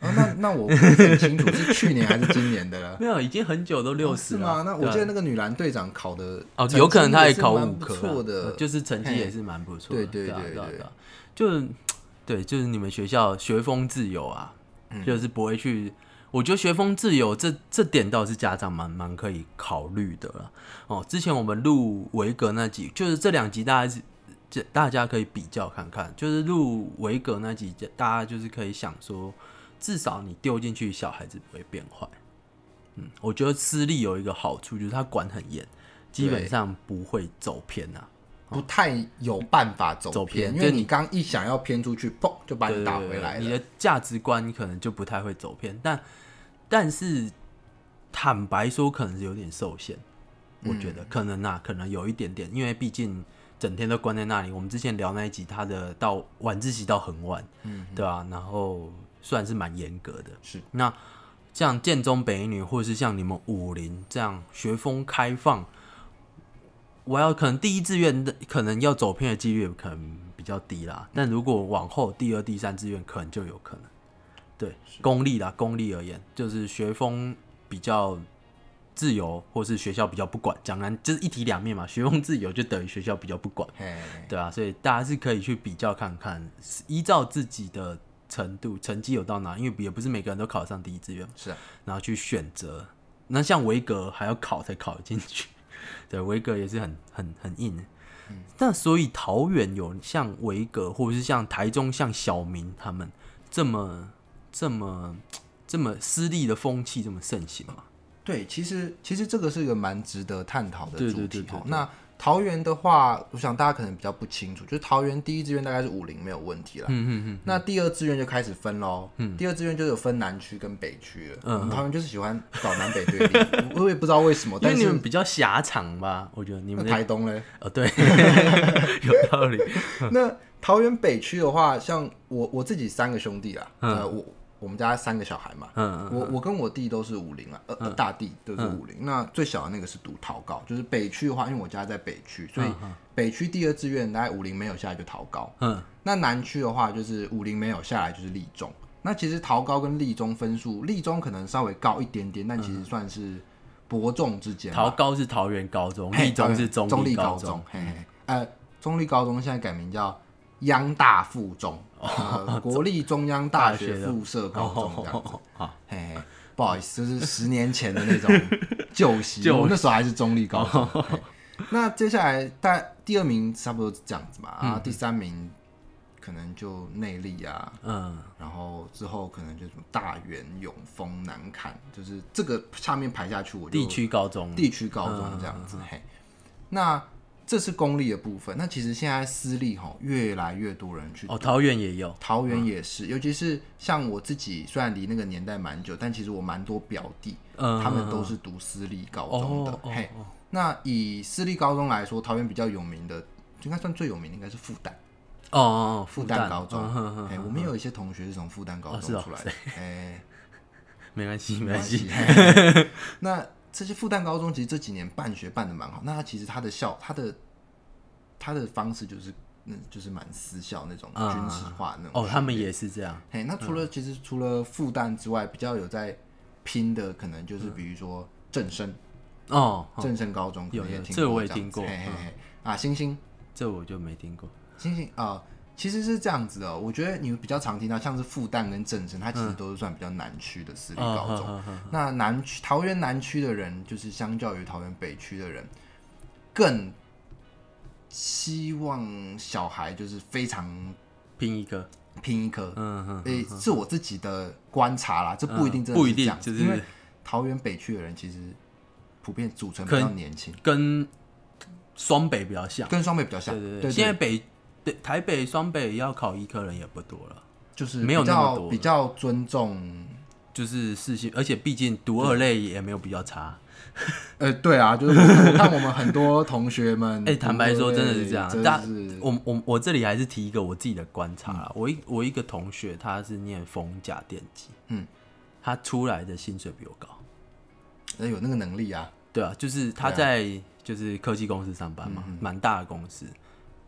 [SPEAKER 1] 哎，
[SPEAKER 2] 啊、那那我不是很清楚是去年还是今年的 了。
[SPEAKER 1] 没有，已经很久都六十
[SPEAKER 2] 哦是
[SPEAKER 1] 了。
[SPEAKER 2] 吗？那我
[SPEAKER 1] 对啊
[SPEAKER 2] 记得那个女篮队长考的
[SPEAKER 1] 哦，有可能他也考五
[SPEAKER 2] 蛮
[SPEAKER 1] 科
[SPEAKER 2] 不
[SPEAKER 1] 啊，
[SPEAKER 2] 错的，
[SPEAKER 1] 呃就是成绩
[SPEAKER 2] 嘿
[SPEAKER 1] 也是蛮不错的。
[SPEAKER 2] 对对
[SPEAKER 1] 啊
[SPEAKER 2] 对
[SPEAKER 1] 对啊
[SPEAKER 2] 对
[SPEAKER 1] 对啊，就是对，就是你们学校学风自由啊，就是不会去。我觉得学风自由这这点倒是家长蛮蛮可以考虑的了。哦，之前我们录维格那集，就是这两集大家是。这大家可以比较看看，就是录维格那集，大家就是可以想说，至少你丢进去，小孩子不会变坏。嗯，我觉得私立有一个好处就是他管很严，基本
[SPEAKER 2] 对
[SPEAKER 1] 上不会走偏啊。
[SPEAKER 2] 不太有办法走
[SPEAKER 1] 走偏
[SPEAKER 2] 偏，因
[SPEAKER 1] 就
[SPEAKER 2] 为你刚一想要偏出去，砰就把
[SPEAKER 1] 对
[SPEAKER 2] 你
[SPEAKER 1] 对
[SPEAKER 2] 打
[SPEAKER 1] 对
[SPEAKER 2] 回来
[SPEAKER 1] 你
[SPEAKER 2] 了。
[SPEAKER 1] 的价值观可能就不太会走偏，但但是坦白说，可能是有点受限。我觉
[SPEAKER 2] 嗯
[SPEAKER 1] 得、可能啊，可能有一点点，因为毕竟整天都关在那里。我们之前聊那一集，他的到晚自习到很晚，嗯，对啊，然后算是蛮严格的。
[SPEAKER 2] 是
[SPEAKER 1] 那像建中北一女，或是像你们武林这样学风开放，我要可能第一志愿的可能要走偏的几率可能比较低啦，但如果往后第二、第三志愿可能就有可能。对，公立啦，公立而言，就是学风比较自由，或是学校比较不管，讲难就是一体两面嘛。学风自由就等于学校比较不管，
[SPEAKER 2] 嘿，
[SPEAKER 1] 对啊，所以大家是可以去比较看看，依照自己的程度，成绩有到哪，因为也不是每个人都考上第一志愿嘛，
[SPEAKER 2] 是啊，
[SPEAKER 1] 然后去选择。那像维格还要考才考得进去， 对，维格也是很很很硬的。那所以桃园有像维格，或者是像台中、像小明他们这么这么这么私立的风气这么盛行吗？
[SPEAKER 2] 对，其实其实这个是一个蛮值得探讨的
[SPEAKER 1] 对
[SPEAKER 2] 主
[SPEAKER 1] 对
[SPEAKER 2] 题
[SPEAKER 1] 对对
[SPEAKER 2] 哦。
[SPEAKER 1] 对
[SPEAKER 2] 那桃园的话，我想大家可能比较不清楚，就是桃园第一志愿大概是五零没有问题啦。
[SPEAKER 1] 嗯嗯嗯，
[SPEAKER 2] 那第二志愿就开始分喽，第二志愿就有分南区跟北区了。嗯，桃园就是喜欢搞南北对立， 我我也不知道为什么，
[SPEAKER 1] 因为
[SPEAKER 2] 但
[SPEAKER 1] 你
[SPEAKER 2] 是
[SPEAKER 1] 们比较狭长吧，我觉得你
[SPEAKER 2] 那
[SPEAKER 1] 们
[SPEAKER 2] 台东嘞，
[SPEAKER 1] 呃、哦、对， 有道理。
[SPEAKER 2] 那桃园北区的话，像我我自己三个兄弟啦，呃，我我们家三个小孩嘛，
[SPEAKER 1] 嗯嗯
[SPEAKER 2] 我我跟我弟都是武陵啊，呃、呃大弟都是武陵、那最小的那个是读桃高，就是北区的话，因为我家在北区，所以北区第二志愿大概武陵没有下来就桃高，
[SPEAKER 1] 嗯
[SPEAKER 2] 那南区的话就是武陵没有下来就是立中。那其实桃高跟立中分数，立中可能稍微高一点点，但其
[SPEAKER 1] 嗯
[SPEAKER 2] 实算是伯仲之间吧。
[SPEAKER 1] 桃高是桃园高 中，
[SPEAKER 2] 嘿
[SPEAKER 1] 立中是
[SPEAKER 2] 哎呃中
[SPEAKER 1] 立
[SPEAKER 2] 高
[SPEAKER 1] 中，，哦
[SPEAKER 2] 嘿嘿，呃，中立高中现在改名叫央大附中，
[SPEAKER 1] 哦
[SPEAKER 2] 呃，国立中央大学附设高中这样子，
[SPEAKER 1] 好，
[SPEAKER 2] 嘿嘿，不好意思，就是十年前的那 种旧习，
[SPEAKER 1] 旧哦习
[SPEAKER 2] 我那时候还是中立高中。嘿那接下来，大概第二名差不多是这样子吧，
[SPEAKER 1] 嗯
[SPEAKER 2] 啊，第三名可能就内力啊，
[SPEAKER 1] 嗯
[SPEAKER 2] 然后之后可能就什么大园、永丰、南坎，就是这个下面排下去，我就
[SPEAKER 1] 地区嗯高中，
[SPEAKER 2] 地区高中这样子。嘿，那这是公立的部分。那其实现在私立哈，越来越多人去。
[SPEAKER 1] 哦，桃园也有，
[SPEAKER 2] 桃园也是，尤其是像我自己，虽然离那个年代蛮久，但其实我蛮多表弟，
[SPEAKER 1] 嗯
[SPEAKER 2] 他们都是读私立高中的
[SPEAKER 1] 哦。哦
[SPEAKER 2] 嘿，那以私立高中来说，桃园比较有名的，应该算最有名的应该是复旦。
[SPEAKER 1] 哦哦，
[SPEAKER 2] 复旦
[SPEAKER 1] 旦
[SPEAKER 2] 高中，
[SPEAKER 1] 嗯
[SPEAKER 2] 哎、
[SPEAKER 1] 哼哼
[SPEAKER 2] 我们有一些同学是从复旦高
[SPEAKER 1] 哦是
[SPEAKER 2] 中
[SPEAKER 1] 哦
[SPEAKER 2] 出来 的
[SPEAKER 1] 谁，
[SPEAKER 2] 哎、
[SPEAKER 1] 没关系，没
[SPEAKER 2] 没
[SPEAKER 1] 关
[SPEAKER 2] 关
[SPEAKER 1] 系，
[SPEAKER 2] 系。那这些复旦高中其实这几年办学办的蛮好，那他其实他的校，他的他的方式就是，嗯，就是蛮私校那种
[SPEAKER 1] 嗯
[SPEAKER 2] 军事化那种。
[SPEAKER 1] 哦，他们也是这样，
[SPEAKER 2] 哎、那除
[SPEAKER 1] 嗯
[SPEAKER 2] 了、其实除了复旦之外，比较有在拼的，可能就是比如说正声，
[SPEAKER 1] 哦，嗯哦
[SPEAKER 2] 正声高中可能
[SPEAKER 1] 有
[SPEAKER 2] 也
[SPEAKER 1] 有
[SPEAKER 2] 听
[SPEAKER 1] 这我也
[SPEAKER 2] 样子
[SPEAKER 1] 听过嗯
[SPEAKER 2] 嘿嘿嘿，啊，星星。
[SPEAKER 1] 这我就没听过，
[SPEAKER 2] 星星啊、呃其实是这样子哦。我觉得你比较常听到像是复旦跟正声，它
[SPEAKER 1] 嗯
[SPEAKER 2] 其实都是算比较南区的私立
[SPEAKER 1] 哦
[SPEAKER 2] 高中。
[SPEAKER 1] 哦哦
[SPEAKER 2] 那南区桃园南区的人，就是相较于桃园北区的人，更希望小孩就是非常
[SPEAKER 1] 拼一个，
[SPEAKER 2] 拼一科。
[SPEAKER 1] 嗯哼，嗯
[SPEAKER 2] 诶、是我自己的观察啦，这不一定真的
[SPEAKER 1] 不
[SPEAKER 2] 是
[SPEAKER 1] 一
[SPEAKER 2] 这
[SPEAKER 1] 定
[SPEAKER 2] 样，，
[SPEAKER 1] 就
[SPEAKER 2] 因为
[SPEAKER 1] 是
[SPEAKER 2] 桃园北区的人其实普遍组成比
[SPEAKER 1] 可
[SPEAKER 2] 较
[SPEAKER 1] 能
[SPEAKER 2] 年轻，
[SPEAKER 1] 跟双北比较像，
[SPEAKER 2] 跟双北比较像。
[SPEAKER 1] 对对
[SPEAKER 2] 对
[SPEAKER 1] 对，现在北北台北双北要考医科人也不多了，
[SPEAKER 2] 就是
[SPEAKER 1] 没有
[SPEAKER 2] 比
[SPEAKER 1] 那么
[SPEAKER 2] 较
[SPEAKER 1] 多了
[SPEAKER 2] 比较尊重
[SPEAKER 1] 就是四星，而且毕竟读二类也没有比较差。
[SPEAKER 2] 呃，对啊，就是我 看我看我们很多同学们，
[SPEAKER 1] 哎、坦白说，真的是这样。
[SPEAKER 2] 真
[SPEAKER 1] 大
[SPEAKER 2] 的是
[SPEAKER 1] 我我我这里还是提一个我自己的观察啦。我一我一个同学，他是念逢甲电机，
[SPEAKER 2] 嗯，
[SPEAKER 1] 他出来的薪水比我高。
[SPEAKER 2] 呃有那个能力啊，
[SPEAKER 1] 对啊，嗯就是他在就是科技公司上班嘛，蛮、大的公司，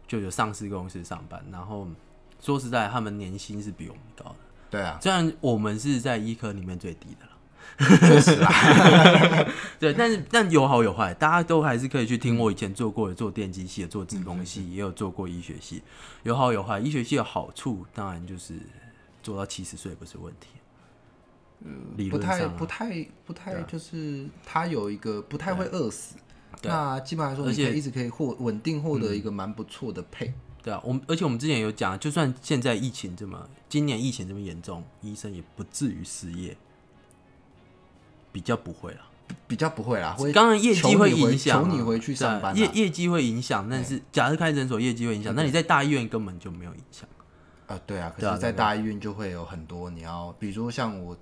[SPEAKER 1] 就有上市公司上班。然后说实在，他们年薪是比我们高的，
[SPEAKER 2] 对啊，
[SPEAKER 1] 虽然我们是在医科里面最低的啦。
[SPEAKER 2] 确实啊，
[SPEAKER 1] 对，但是但有好有坏，大家都还是可以去听我以前做过的，做电机系的，做子宫
[SPEAKER 2] 嗯
[SPEAKER 1] 系，也有做过医学系，有好有坏。医学系的好处当然就是做到七十岁不是问题，理
[SPEAKER 2] 嗯不
[SPEAKER 1] 论上
[SPEAKER 2] 太
[SPEAKER 1] 啊、
[SPEAKER 2] 不太不太，就是他有一个不太会饿死，那基本上来说，
[SPEAKER 1] 而
[SPEAKER 2] 你可
[SPEAKER 1] 且嗯
[SPEAKER 2] 以一直可以获稳定获得一个蛮不错的配，
[SPEAKER 1] 对啊。我们而且我们之前有讲，就算现在疫情这么，今年疫情这么严重，医生也不至于失业，比较不会啦。
[SPEAKER 2] 比较不会啦，会
[SPEAKER 1] 当然业绩会影响啊、
[SPEAKER 2] 求你回去上班啊
[SPEAKER 1] 对啊业业绩会影响，但是假设开诊所业绩会影响，那你在大医院根本就没有影响。
[SPEAKER 2] 啊，对啊，
[SPEAKER 1] 对
[SPEAKER 2] 可
[SPEAKER 1] 啊
[SPEAKER 2] 是，在大医院就会有很多你要，比如说像我，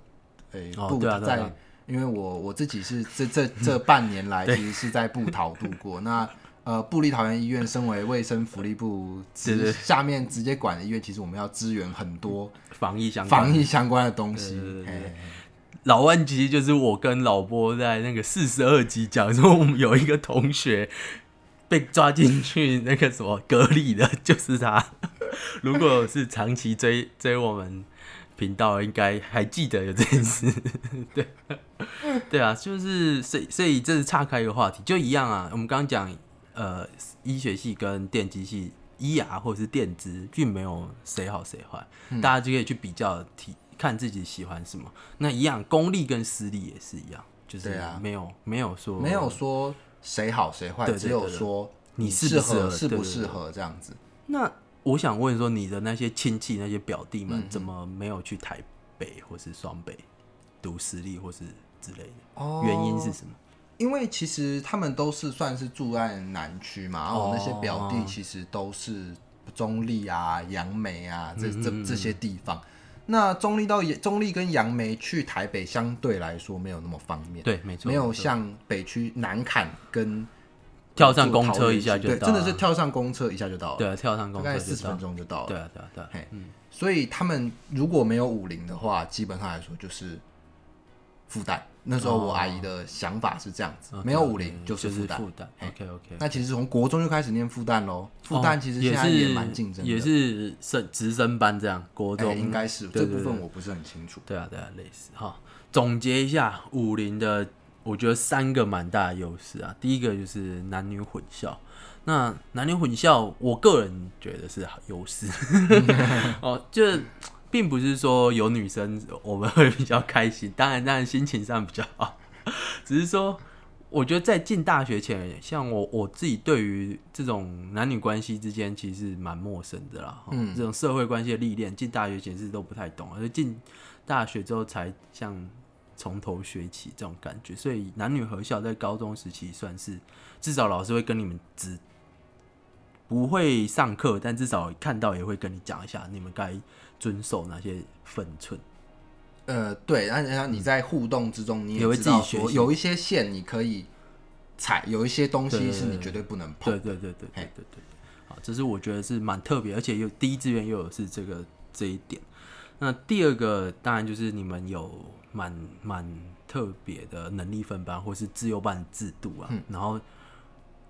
[SPEAKER 2] 诶、
[SPEAKER 1] 哦
[SPEAKER 2] 不
[SPEAKER 1] 对啊对啊对
[SPEAKER 2] 在
[SPEAKER 1] 啊，
[SPEAKER 2] 因为我我自己是这这这半 年来其实是在布桃度过。那呃，布利桃园医院身为卫生福利部
[SPEAKER 1] 对
[SPEAKER 2] 直下面直接管的医院，其实我们要支援很多
[SPEAKER 1] 防疫相关
[SPEAKER 2] 防疫相关的东西。
[SPEAKER 1] 对对对
[SPEAKER 2] 嘿
[SPEAKER 1] 老万其实就是我跟老波在那个四十二集讲说，我们有一个同学被抓进去那个什么隔离的，就是他。 如果是长期追追我们频道，应该还记得有这件事。 对，对啊，就是所以所以这是岔开一个话题，就一样啊。我们刚刚讲呃，医学系跟电机系。医牙或者是电子，并没有谁好谁坏，
[SPEAKER 2] 嗯
[SPEAKER 1] 大家就可以去比较体看自己喜欢什么。那一样，公立跟私立也是一样，就是
[SPEAKER 2] 对啊
[SPEAKER 1] 没有、没有说
[SPEAKER 2] 没有说谁好谁坏，
[SPEAKER 1] 对对
[SPEAKER 2] 只有
[SPEAKER 1] 对对
[SPEAKER 2] 说
[SPEAKER 1] 你适不
[SPEAKER 2] 适
[SPEAKER 1] 适合
[SPEAKER 2] 适
[SPEAKER 1] 对
[SPEAKER 2] 不
[SPEAKER 1] 对对
[SPEAKER 2] 适合这样子。
[SPEAKER 1] 那我想问说，你的那些亲戚、那些表弟
[SPEAKER 2] 嗯
[SPEAKER 1] 们，怎么没有去台北或是双北读私立或是之类的？
[SPEAKER 2] 哦
[SPEAKER 1] 原因是什么？
[SPEAKER 2] 因为其实他们都是算是住在南区嘛，然后我那些表
[SPEAKER 1] 哦
[SPEAKER 2] 弟其实都是中立啊、
[SPEAKER 1] 嗯
[SPEAKER 2] 杨梅啊这这这些地方。那中立到中立跟杨梅去台北相对来说没有那么方便，
[SPEAKER 1] 对，没错，
[SPEAKER 2] 没有像北区南坎跟
[SPEAKER 1] 跳上公车一下就
[SPEAKER 2] 对，
[SPEAKER 1] 到
[SPEAKER 2] 真的
[SPEAKER 1] 了
[SPEAKER 2] 是跳上公车一下就到了，
[SPEAKER 1] 对啊，跳上
[SPEAKER 2] 大
[SPEAKER 1] 公车
[SPEAKER 2] 概
[SPEAKER 1] 就
[SPEAKER 2] 四十
[SPEAKER 1] 到
[SPEAKER 2] 分，钟就到了。
[SPEAKER 1] 对啊对啊对啊，
[SPEAKER 2] 嘿，所以他们如果没有五零的话，基本上来说就是附带。那时候我阿姨的想法是这样子，
[SPEAKER 1] OK，
[SPEAKER 2] 没有五
[SPEAKER 1] OK，
[SPEAKER 2] 零
[SPEAKER 1] 哦就是是
[SPEAKER 2] 复旦。
[SPEAKER 1] 复旦，OK OK。
[SPEAKER 2] 那其实从国中就开始念复旦喽，复旦其实
[SPEAKER 1] 哦也
[SPEAKER 2] 现在
[SPEAKER 1] 是
[SPEAKER 2] 也蛮竞争的，
[SPEAKER 1] 也是升直升班这样，国
[SPEAKER 2] 哎
[SPEAKER 1] 中
[SPEAKER 2] 应该是
[SPEAKER 1] 对对
[SPEAKER 2] 这部
[SPEAKER 1] 对
[SPEAKER 2] 分我不是很清楚。
[SPEAKER 1] 对啊，对啊，类似哈。总结一下，武林的我觉得三个蛮大的优势啊。第一个就是男女混校，那男女混校，我个人觉得是优势 哦，就是并不是说有女生我们会比较开心，当然当然心情上比较好， 只是说。我觉得在进大学前，像我我自己对于这种男女关系之间其实蛮陌生的啦。哦这种社会关系的历练，进大学前是都不太懂，而进大学之后才像从头学起这种感觉。所以男女合校在高中时期算是，至少老师会跟你们指，不会上课，但至少看到也会跟你讲一下，你们该遵守哪些分寸。
[SPEAKER 2] 呃，对，然后然后你在互动之中，你
[SPEAKER 1] 也会
[SPEAKER 2] 知
[SPEAKER 1] 自
[SPEAKER 2] 道
[SPEAKER 1] 己学
[SPEAKER 2] 说
[SPEAKER 1] 习
[SPEAKER 2] 有一些线你可以踩，有一些东
[SPEAKER 1] 对
[SPEAKER 2] 西
[SPEAKER 1] 对
[SPEAKER 2] 是你
[SPEAKER 1] 对
[SPEAKER 2] 绝对不能碰。
[SPEAKER 1] 对对对对对对
[SPEAKER 2] 嘿
[SPEAKER 1] 对对，好，这是我觉得是蛮特别，而且又第一志愿又有是这个这一点。那第二个当然就是你们有蛮蛮特别的能力分班或是自由班制度啊，然后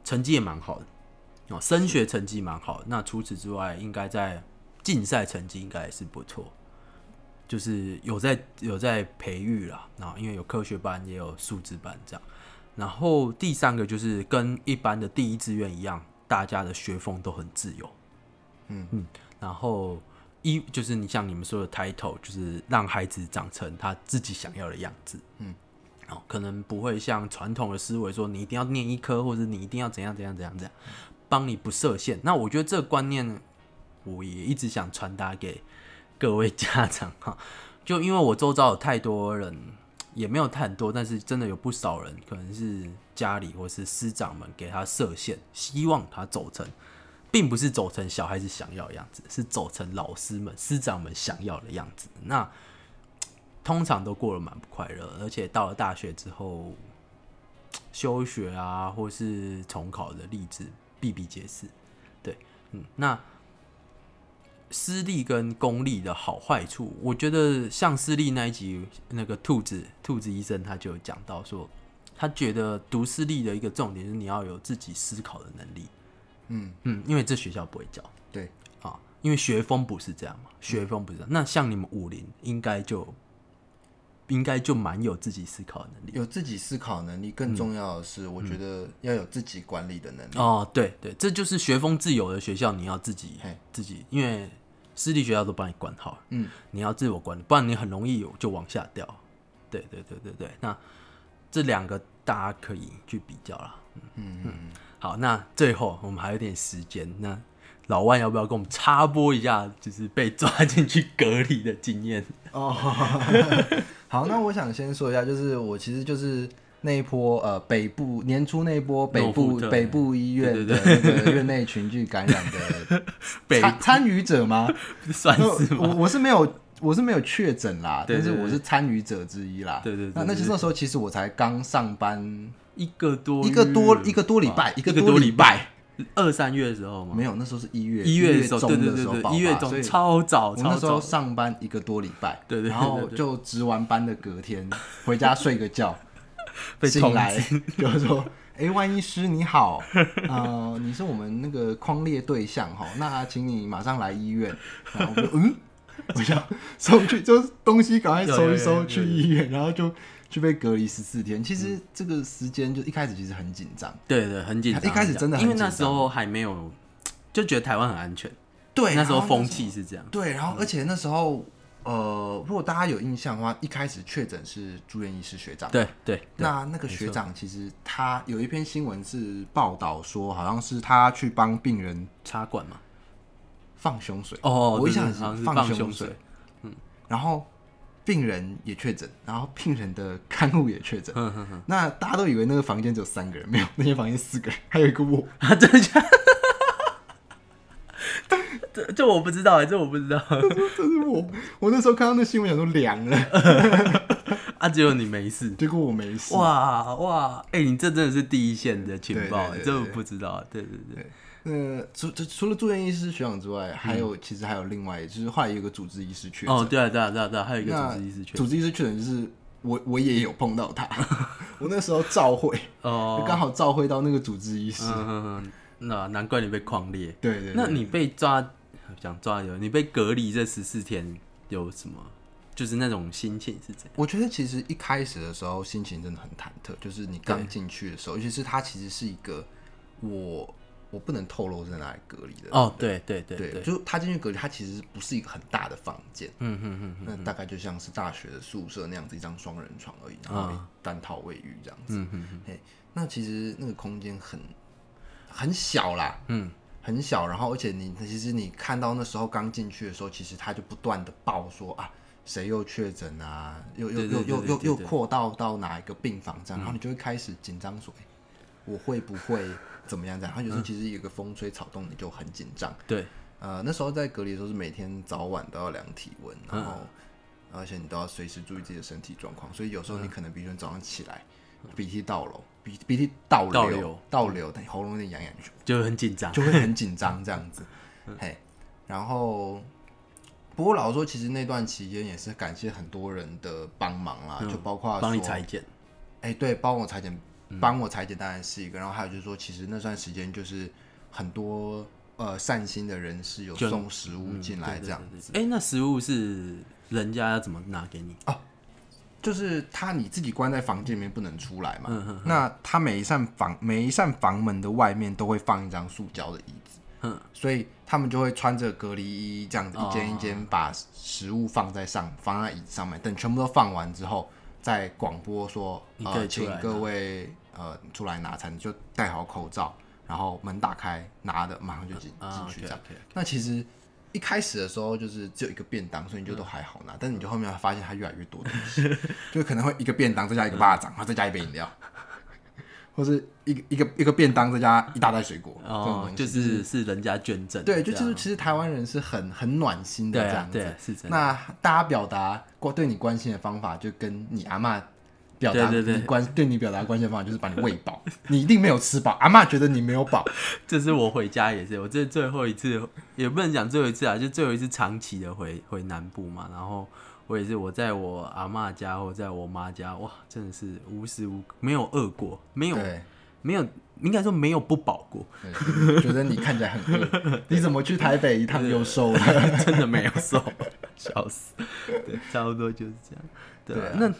[SPEAKER 1] 成绩也蛮好的哦，升学成绩蛮好的。那除此之外，应该在竞赛成绩应该也是不错。就是有在有在培育啦，然后因为有科学班也有数值班这样，然后第三个就是跟一般的第一志愿一样，大家的学风都很自由，
[SPEAKER 2] 嗯
[SPEAKER 1] 嗯，然后一就是你像你们说的 title，就是让孩子长成他自己想要的样子，
[SPEAKER 2] 嗯，
[SPEAKER 1] 哦，可能不会像传统的思维说你一定要念一科，或者你一定要怎样怎样怎样怎样，帮你不设限。那我觉得这个观念，我也一直想传达给各位家长 哈，就因为我周遭有太多人，也没有太多，但是真的有不少人，可能是家里或是师长们给他设限，希望他走成，并不是走成小孩子想要的样子，是走成老师们、师长们想要的样子。那通常都过得蛮不快乐，而且到了大学之后，休学啊，或是重考的例子比比皆是。对，嗯，那私立跟公立的好坏处，我觉得像私立那一集，那个兔子兔子医生他就有讲到说，他觉得读私立的一个重点是你要有自己思考的能力。
[SPEAKER 2] 嗯，
[SPEAKER 1] 嗯，因为这学校不会教
[SPEAKER 2] 对，
[SPEAKER 1] 啊，因为学风不是这样嘛，学风不是这样。那像你们武林应该就应该就蛮有自己思考的能力。
[SPEAKER 2] 有自己思考能力，更重要的是，我觉得要有自己管理的能力。
[SPEAKER 1] 嗯哦，对对，这就是学风自由的学校，你要自己
[SPEAKER 2] 嘿
[SPEAKER 1] 自己，因为私立学校都帮你管好了，
[SPEAKER 2] 嗯，
[SPEAKER 1] 你要自我管理，不然你很容易就往下掉。对对对对对，那这两个大家可以去比较啦。嗯嗯，好，那最后我们还有点时间，那老万要不要跟我们插播一下，就是被抓进去隔离的经验？
[SPEAKER 2] 哦，好，那我想先说一下，就是我其实就是那一波呃北部年初那一波北
[SPEAKER 1] 诺
[SPEAKER 2] 部
[SPEAKER 1] 富特
[SPEAKER 2] 北部医院
[SPEAKER 1] 对
[SPEAKER 2] 的那个院内群聚感染的
[SPEAKER 1] 北
[SPEAKER 2] 参参与者 吗？
[SPEAKER 1] 算是
[SPEAKER 2] 那我
[SPEAKER 1] 吗？
[SPEAKER 2] 我是没有，我是没有确诊啦，
[SPEAKER 1] 对
[SPEAKER 2] 但
[SPEAKER 1] 对
[SPEAKER 2] 是我是参与者之一啦。
[SPEAKER 1] 对对对
[SPEAKER 2] 那那其实那时候其实我才刚上班
[SPEAKER 1] 一个多
[SPEAKER 2] 一个多
[SPEAKER 1] 月
[SPEAKER 2] 一个多礼拜
[SPEAKER 1] 吧
[SPEAKER 2] 一
[SPEAKER 1] 一
[SPEAKER 2] 个
[SPEAKER 1] 个
[SPEAKER 2] 多
[SPEAKER 1] 多
[SPEAKER 2] 礼
[SPEAKER 1] 礼
[SPEAKER 2] 拜
[SPEAKER 1] 拜，二三月的时候吗？
[SPEAKER 2] 没有，那时候是一月
[SPEAKER 1] 一月的时
[SPEAKER 2] 中
[SPEAKER 1] 候，对对
[SPEAKER 2] 的
[SPEAKER 1] 对
[SPEAKER 2] 时候
[SPEAKER 1] 对，
[SPEAKER 2] 爆发，
[SPEAKER 1] 一月
[SPEAKER 2] 所
[SPEAKER 1] 中
[SPEAKER 2] 以
[SPEAKER 1] 超早，
[SPEAKER 2] 我那
[SPEAKER 1] 哦超
[SPEAKER 2] 时候
[SPEAKER 1] 早。
[SPEAKER 2] 上班一个多礼拜，
[SPEAKER 1] 对对对
[SPEAKER 2] 然后
[SPEAKER 1] 对对
[SPEAKER 2] 就值完班的隔天 回家睡个觉，
[SPEAKER 1] 被
[SPEAKER 2] 醒
[SPEAKER 1] 通
[SPEAKER 2] 来 就是说，哎、万医师你好， 呃，你是我们那个框列对象哈，那请你马上来医院。 然后我就嗯，我想收去，就是东西赶快收一
[SPEAKER 1] 有有有
[SPEAKER 2] 收
[SPEAKER 1] 有
[SPEAKER 2] 去医院，然后就就被隔离十四天。其实这个时间就一开始其实很紧张，
[SPEAKER 1] 对对，很紧张。
[SPEAKER 2] 一开始真的很
[SPEAKER 1] 因为那
[SPEAKER 2] 紧
[SPEAKER 1] 时
[SPEAKER 2] 张
[SPEAKER 1] 候还没有，就觉得台湾很安全。
[SPEAKER 2] 对，
[SPEAKER 1] 那时候
[SPEAKER 2] 然后
[SPEAKER 1] 风气是这样。
[SPEAKER 2] 对，然后而且那时候。呃，如果大家有印象的话，一开始确诊是住院医师学长，
[SPEAKER 1] 对对，
[SPEAKER 2] 那那个学长其实他有一篇新闻是报道说，好像是他去帮病人
[SPEAKER 1] 插管嘛。
[SPEAKER 2] 放胸水，
[SPEAKER 1] 哦，
[SPEAKER 2] 我
[SPEAKER 1] 对
[SPEAKER 2] 印象
[SPEAKER 1] 对
[SPEAKER 2] 是
[SPEAKER 1] 好像是
[SPEAKER 2] 放
[SPEAKER 1] 放
[SPEAKER 2] 胸
[SPEAKER 1] 胸
[SPEAKER 2] 水
[SPEAKER 1] 水。
[SPEAKER 2] 然后病人也确诊，然后病人的看护也确诊。
[SPEAKER 1] 嗯哼哼，
[SPEAKER 2] 那大家都以为那个房间只有三个人，没有，那间房间四个人，还有一个我。
[SPEAKER 1] 啊， 真的假的？这这我不知道哎，这我不知道。
[SPEAKER 2] 这是我，我那时候看到那新闻，想说凉了。
[SPEAKER 1] 啊，只有你没事。
[SPEAKER 2] 结果我没事。
[SPEAKER 1] 哇哇，哎、你这真的是第一线的情报，欸
[SPEAKER 2] 对对对对
[SPEAKER 1] 这我不知道。啊对对对，
[SPEAKER 2] 那呃除除除了住院医师学长之外，还有、其实还有另外，就是后来有一个主治医师确诊。
[SPEAKER 1] 嗯哦，对啊对啊对啊对啊，还有一个
[SPEAKER 2] 那
[SPEAKER 1] 主治医师圈。
[SPEAKER 2] 主治医师确诊就是我我也有碰到他， 我那时候照会，
[SPEAKER 1] 哦，
[SPEAKER 2] 刚好照会到那个主治医师。
[SPEAKER 1] 嗯嗯嗯，那难怪你被狂裂。
[SPEAKER 2] 对对对
[SPEAKER 1] 那你被抓，想抓有你被隔离这十四天有什么？就是那种心情是怎样？
[SPEAKER 2] 我觉得其实一开始的时候心情真的很忐忑，就是你刚进去的时候，尤其是它其实是一个我我不能透露是哪里隔离的，
[SPEAKER 1] 哦，对对对
[SPEAKER 2] 对，
[SPEAKER 1] 对，
[SPEAKER 2] 就他进去隔离，它其实不是一个很大的房间，
[SPEAKER 1] 嗯嗯嗯，
[SPEAKER 2] 那大概就像是大学的宿舍那样子一张双人床而已，然后一单套卫浴这样
[SPEAKER 1] 嗯
[SPEAKER 2] 子，嘿那其实那个空间很很小啦，
[SPEAKER 1] 嗯，
[SPEAKER 2] 很小，然后而且你其实你看到那时候刚进去的时候，其实他就不断的报说啊，谁又确诊啊，又又
[SPEAKER 1] 对对
[SPEAKER 2] 又
[SPEAKER 1] 对
[SPEAKER 2] 又
[SPEAKER 1] 对
[SPEAKER 2] 又
[SPEAKER 1] 对
[SPEAKER 2] 又
[SPEAKER 1] 对嗯
[SPEAKER 2] 扩到到哪一个病房这样，然后你就会开始紧张说，哎我会不会怎么样这样？然后有时候其实有个风吹草动，你就很紧张。
[SPEAKER 1] 对，
[SPEAKER 2] 呃，那时候在隔离的时候是每天早晚都要量体温，
[SPEAKER 1] 嗯
[SPEAKER 2] 然后、而且你都要随时注意自己的身体状况，所以有
[SPEAKER 1] 嗯
[SPEAKER 2] 时候你可能比如说你早上起来鼻涕倒流，鼻鼻涕倒流
[SPEAKER 1] 倒流
[SPEAKER 2] 倒流，但喉咙有点痒痒，你就
[SPEAKER 1] 就很紧张。
[SPEAKER 2] 就会很紧张这样子，
[SPEAKER 1] 嗯
[SPEAKER 2] 嘿，然后。不过老实说，其实那段期间也是感谢很多人的帮忙啦，就包括
[SPEAKER 1] 嗯帮你
[SPEAKER 2] 说
[SPEAKER 1] 裁剪，
[SPEAKER 2] 哎、对，帮我裁剪，
[SPEAKER 1] 嗯
[SPEAKER 2] 帮我裁剪当然是一个，然后还有就是说，其实那段时间就是很多呃善心的人士有
[SPEAKER 1] 捐嗯
[SPEAKER 2] 送食物进来，
[SPEAKER 1] 对
[SPEAKER 2] 这样、。
[SPEAKER 1] 对对对哎，那食物是人家要怎么拿给你？
[SPEAKER 2] 啊就是他你自己关在房间里面不能出来嘛，
[SPEAKER 1] 嗯
[SPEAKER 2] 那他每一扇房每一扇房门的外面都会放一张塑胶的椅子，
[SPEAKER 1] 嗯
[SPEAKER 2] 所以他们就会穿着隔离衣这样子
[SPEAKER 1] 哦
[SPEAKER 2] 一间一间把食物放在上放在椅子上面，等全部都放完之后。再广播说，
[SPEAKER 1] 你可以出
[SPEAKER 2] 呃，请
[SPEAKER 1] 来拿
[SPEAKER 2] 各位呃出来拿餐，就戴好口罩，然后门打开，拿的马上就进进
[SPEAKER 1] 啊
[SPEAKER 2] 去这
[SPEAKER 1] ，OK
[SPEAKER 2] 样。
[SPEAKER 1] OK，
[SPEAKER 2] 那其实一开始的时候就是只有一个便当，所以你就都还好拿，但是你就后面发现它越来越多东 西，就可能会一个便当再加一个巴掌，然后再加一杯饮料，或是一个一个一个便当再加一大袋水果，这种
[SPEAKER 1] 哦
[SPEAKER 2] 东，西
[SPEAKER 1] 就是是人家捐赠的这
[SPEAKER 2] 对，
[SPEAKER 1] 样，
[SPEAKER 2] 就就是其实台湾人是很很暖心的
[SPEAKER 1] 对
[SPEAKER 2] 这
[SPEAKER 1] 啊
[SPEAKER 2] 样
[SPEAKER 1] 对
[SPEAKER 2] 子。
[SPEAKER 1] 啊，是真的。
[SPEAKER 2] 那大家表达关对你关心的方法，就跟你阿嬷表达
[SPEAKER 1] 对对对
[SPEAKER 2] 你关对你表达关心的方法，就是把你喂饱，你一定没有吃饱，阿嬷觉得你没有饱，
[SPEAKER 1] 这是我回家也是，我这最后一次也不能讲最后一次啊，就最后一次长期的回回南部嘛。然后我也是我在我阿嬷家或在我妈家，哇，真的是无时无刻没有饿过，没有
[SPEAKER 2] 对。
[SPEAKER 1] 没有，应该说没有不饱过，
[SPEAKER 2] 对觉得你看起来很饿，你怎么去台北一趟又瘦了？
[SPEAKER 1] 真的没有瘦，笑死。对，差不多就是这样。对啊，
[SPEAKER 2] 对
[SPEAKER 1] 那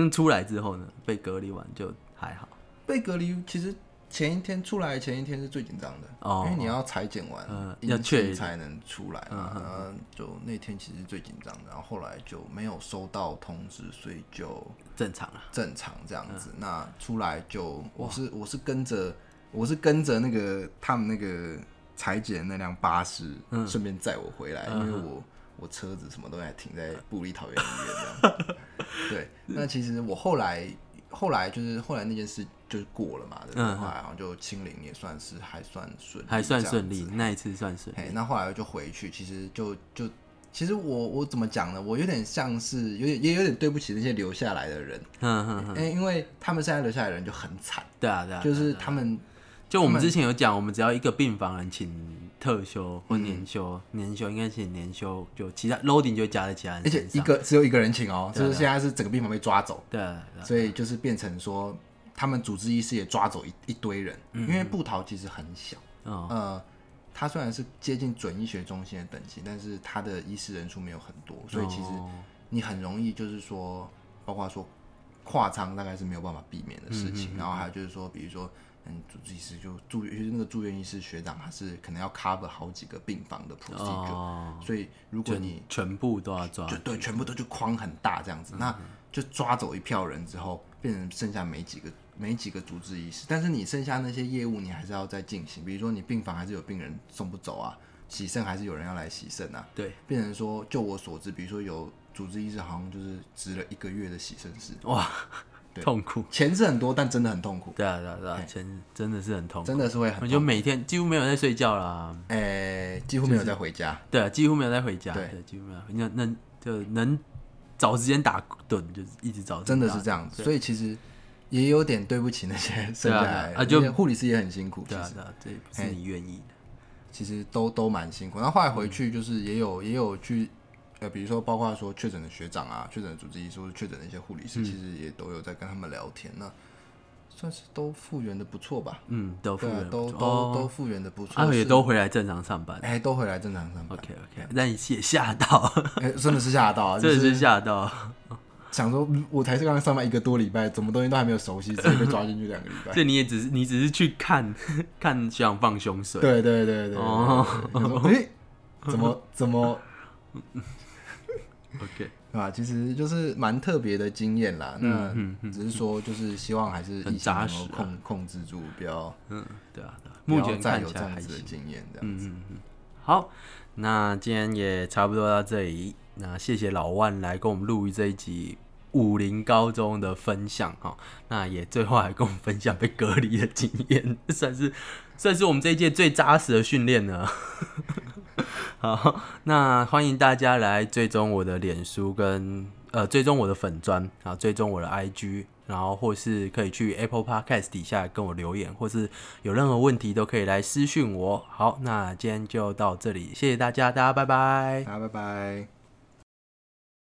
[SPEAKER 1] 那出来之后呢？被隔离完就还好。
[SPEAKER 2] 被隔离其实前一天出来前一天是最紧张的，
[SPEAKER 1] 哦
[SPEAKER 2] 因为你要裁剪完
[SPEAKER 1] 嗯，
[SPEAKER 2] 阴
[SPEAKER 1] 要
[SPEAKER 2] 性
[SPEAKER 1] 确认嗯
[SPEAKER 2] 才能出来嘛。然后就那天其实最紧张的，然后后来就没有收到通知，所以就
[SPEAKER 1] 正常啊，
[SPEAKER 2] 正常这样子。那出来就我是我是跟着我是跟着那个他们那个裁剪那辆巴士，
[SPEAKER 1] 嗯
[SPEAKER 2] 顺便载我回来，因为我我车子什么都还停在布里桃园医院这样。 对，那其实我后来后来就是后来那件事就是过了嘛，对不对？
[SPEAKER 1] 嗯嗯
[SPEAKER 2] 后来好像就清零也算是还算顺利，
[SPEAKER 1] 还算顺
[SPEAKER 2] 这
[SPEAKER 1] 利
[SPEAKER 2] 样，子。
[SPEAKER 1] 那一次算顺利。
[SPEAKER 2] 嘿，那后来我就回去，其实就就。其实我我怎么讲呢？我有点像是有点也有点对不起那些留下来的人，
[SPEAKER 1] 嗯哼哼，
[SPEAKER 2] 哎、因为他们现在留下来的人就很惨，
[SPEAKER 1] 对啊对啊，
[SPEAKER 2] 就是他们
[SPEAKER 1] 就我们之前有讲，我们只要一个病房人请特休或
[SPEAKER 2] 嗯
[SPEAKER 1] 年休，年休应该请年休，就其他 loading 就加在其他人
[SPEAKER 2] 而且
[SPEAKER 1] 身
[SPEAKER 2] 一
[SPEAKER 1] 上。
[SPEAKER 2] 个只有一个人请哦，
[SPEAKER 1] 对
[SPEAKER 2] 就
[SPEAKER 1] 啊
[SPEAKER 2] 是现在是整个病房被抓走，
[SPEAKER 1] 对啊，对啊
[SPEAKER 2] 所以就是变成说他们主治医师也抓走一一堆人，因为布桃其实很小，
[SPEAKER 1] 嗯，
[SPEAKER 2] 呃，它虽然是接近准医学中心的等级，但是它的医师人数没有很多，所以其实
[SPEAKER 1] 哦
[SPEAKER 2] 你很容易就是说，包括说跨仓大概是没有办法避免的事
[SPEAKER 1] 嗯
[SPEAKER 2] 情。然后还有就是说，比如说，嗯，主治医师就住，尤其是那个住院医师学长，他是可能要 cover 好几个病房的 procedure，、
[SPEAKER 1] 哦，
[SPEAKER 2] 所以如果
[SPEAKER 1] 就
[SPEAKER 2] 你
[SPEAKER 1] 全部都要抓嗯
[SPEAKER 2] 就，对全部都就框很大这样子，那就抓走一票人之后，变成剩下没几个。没几个主治医师，但是你剩下那些业务你还是要再进行，比如说你病房还是有病人送不走啊，洗肾还是有人要来洗肾啊，
[SPEAKER 1] 对，
[SPEAKER 2] 变成说，就我所知，比如说有主治医师好像就是值了一个月的洗肾室，
[SPEAKER 1] 哇，
[SPEAKER 2] 对
[SPEAKER 1] 痛苦。
[SPEAKER 2] 钱是很多，但真的很痛苦，
[SPEAKER 1] 对啊对啊对啊，真真的是很痛苦。
[SPEAKER 2] 真的是会
[SPEAKER 1] 我
[SPEAKER 2] 很
[SPEAKER 1] 就
[SPEAKER 2] 痛苦，
[SPEAKER 1] 每天几乎没有在睡觉啦，
[SPEAKER 2] 哎、几乎没有再回家。
[SPEAKER 1] 对啊，几乎没有在回家，
[SPEAKER 2] 对
[SPEAKER 1] 对，几乎没有。那那就能找时间打盹，就是一直找，
[SPEAKER 2] 真的是这样子。所以其实也有点对不起那些 剩
[SPEAKER 1] 啊对啊
[SPEAKER 2] 下
[SPEAKER 1] 对啊
[SPEAKER 2] 来
[SPEAKER 1] 啊
[SPEAKER 2] 的
[SPEAKER 1] 就
[SPEAKER 2] 因为护理师也很辛苦，其
[SPEAKER 1] 对啊
[SPEAKER 2] 实
[SPEAKER 1] 对啊，这也不是你愿意的，
[SPEAKER 2] 其实都都蛮辛苦。然后后来回去
[SPEAKER 1] 嗯
[SPEAKER 2] 就是也有也有去。呃，比如说，包括说确诊的学长啊，确诊的主治医师，或者确诊的一些护理
[SPEAKER 1] 嗯
[SPEAKER 2] 师，其实也都有在跟他们聊天，那算是都复原的不错吧？
[SPEAKER 1] 嗯，都复
[SPEAKER 2] 对啊
[SPEAKER 1] 原，
[SPEAKER 2] 都都、都
[SPEAKER 1] 哦，
[SPEAKER 2] 复原的不错，
[SPEAKER 1] 阿伟也
[SPEAKER 2] 是
[SPEAKER 1] 都回来正常上班。
[SPEAKER 2] 哎、都回来正常上班。
[SPEAKER 1] OK OK，那你也吓到，
[SPEAKER 2] 哎、真的是吓到啊！就
[SPEAKER 1] 真的是
[SPEAKER 2] 是哎
[SPEAKER 1] 吓到，
[SPEAKER 2] 想说，嗯我才是刚刚上班一个多礼拜，怎么东西都还没有熟悉，直接被抓进去两个礼 拜。
[SPEAKER 1] 这你也只是你只是去看看学长放凶水，
[SPEAKER 2] 对对对对，
[SPEAKER 1] 哦
[SPEAKER 2] 对对对想说哎、怎么怎么
[SPEAKER 1] OK，
[SPEAKER 2] 啊？其实就是蛮特别的经验啦。那只是说，就是希望还是
[SPEAKER 1] 嗯很
[SPEAKER 2] 疫情
[SPEAKER 1] 扎
[SPEAKER 2] 能够
[SPEAKER 1] 实啊
[SPEAKER 2] 控控制住，不要
[SPEAKER 1] 嗯，对啊，对啊
[SPEAKER 2] 不
[SPEAKER 1] 目
[SPEAKER 2] 要
[SPEAKER 1] 前
[SPEAKER 2] 再
[SPEAKER 1] 看
[SPEAKER 2] 有
[SPEAKER 1] 起
[SPEAKER 2] 这
[SPEAKER 1] 来
[SPEAKER 2] 样
[SPEAKER 1] 还
[SPEAKER 2] 子的
[SPEAKER 1] 行。嗯
[SPEAKER 2] 经验这样子。
[SPEAKER 1] 好，那今天也差不多到这里。那谢谢老万来跟我们录这一集武林高中的分享哈。那也最后还跟我们分享被隔离的经验， 算是算是我们这一届最扎实的训练了。 好，那欢迎大家来追踪我的脸书跟呃追踪我的粉砖啊，追踪我的 IG，然后或是可以去 Apple Podcast 底下跟我留言，或是有任何问题都可以来私讯我。好，那今天就到这里，谢谢大家，大家拜拜。
[SPEAKER 2] 好，拜拜。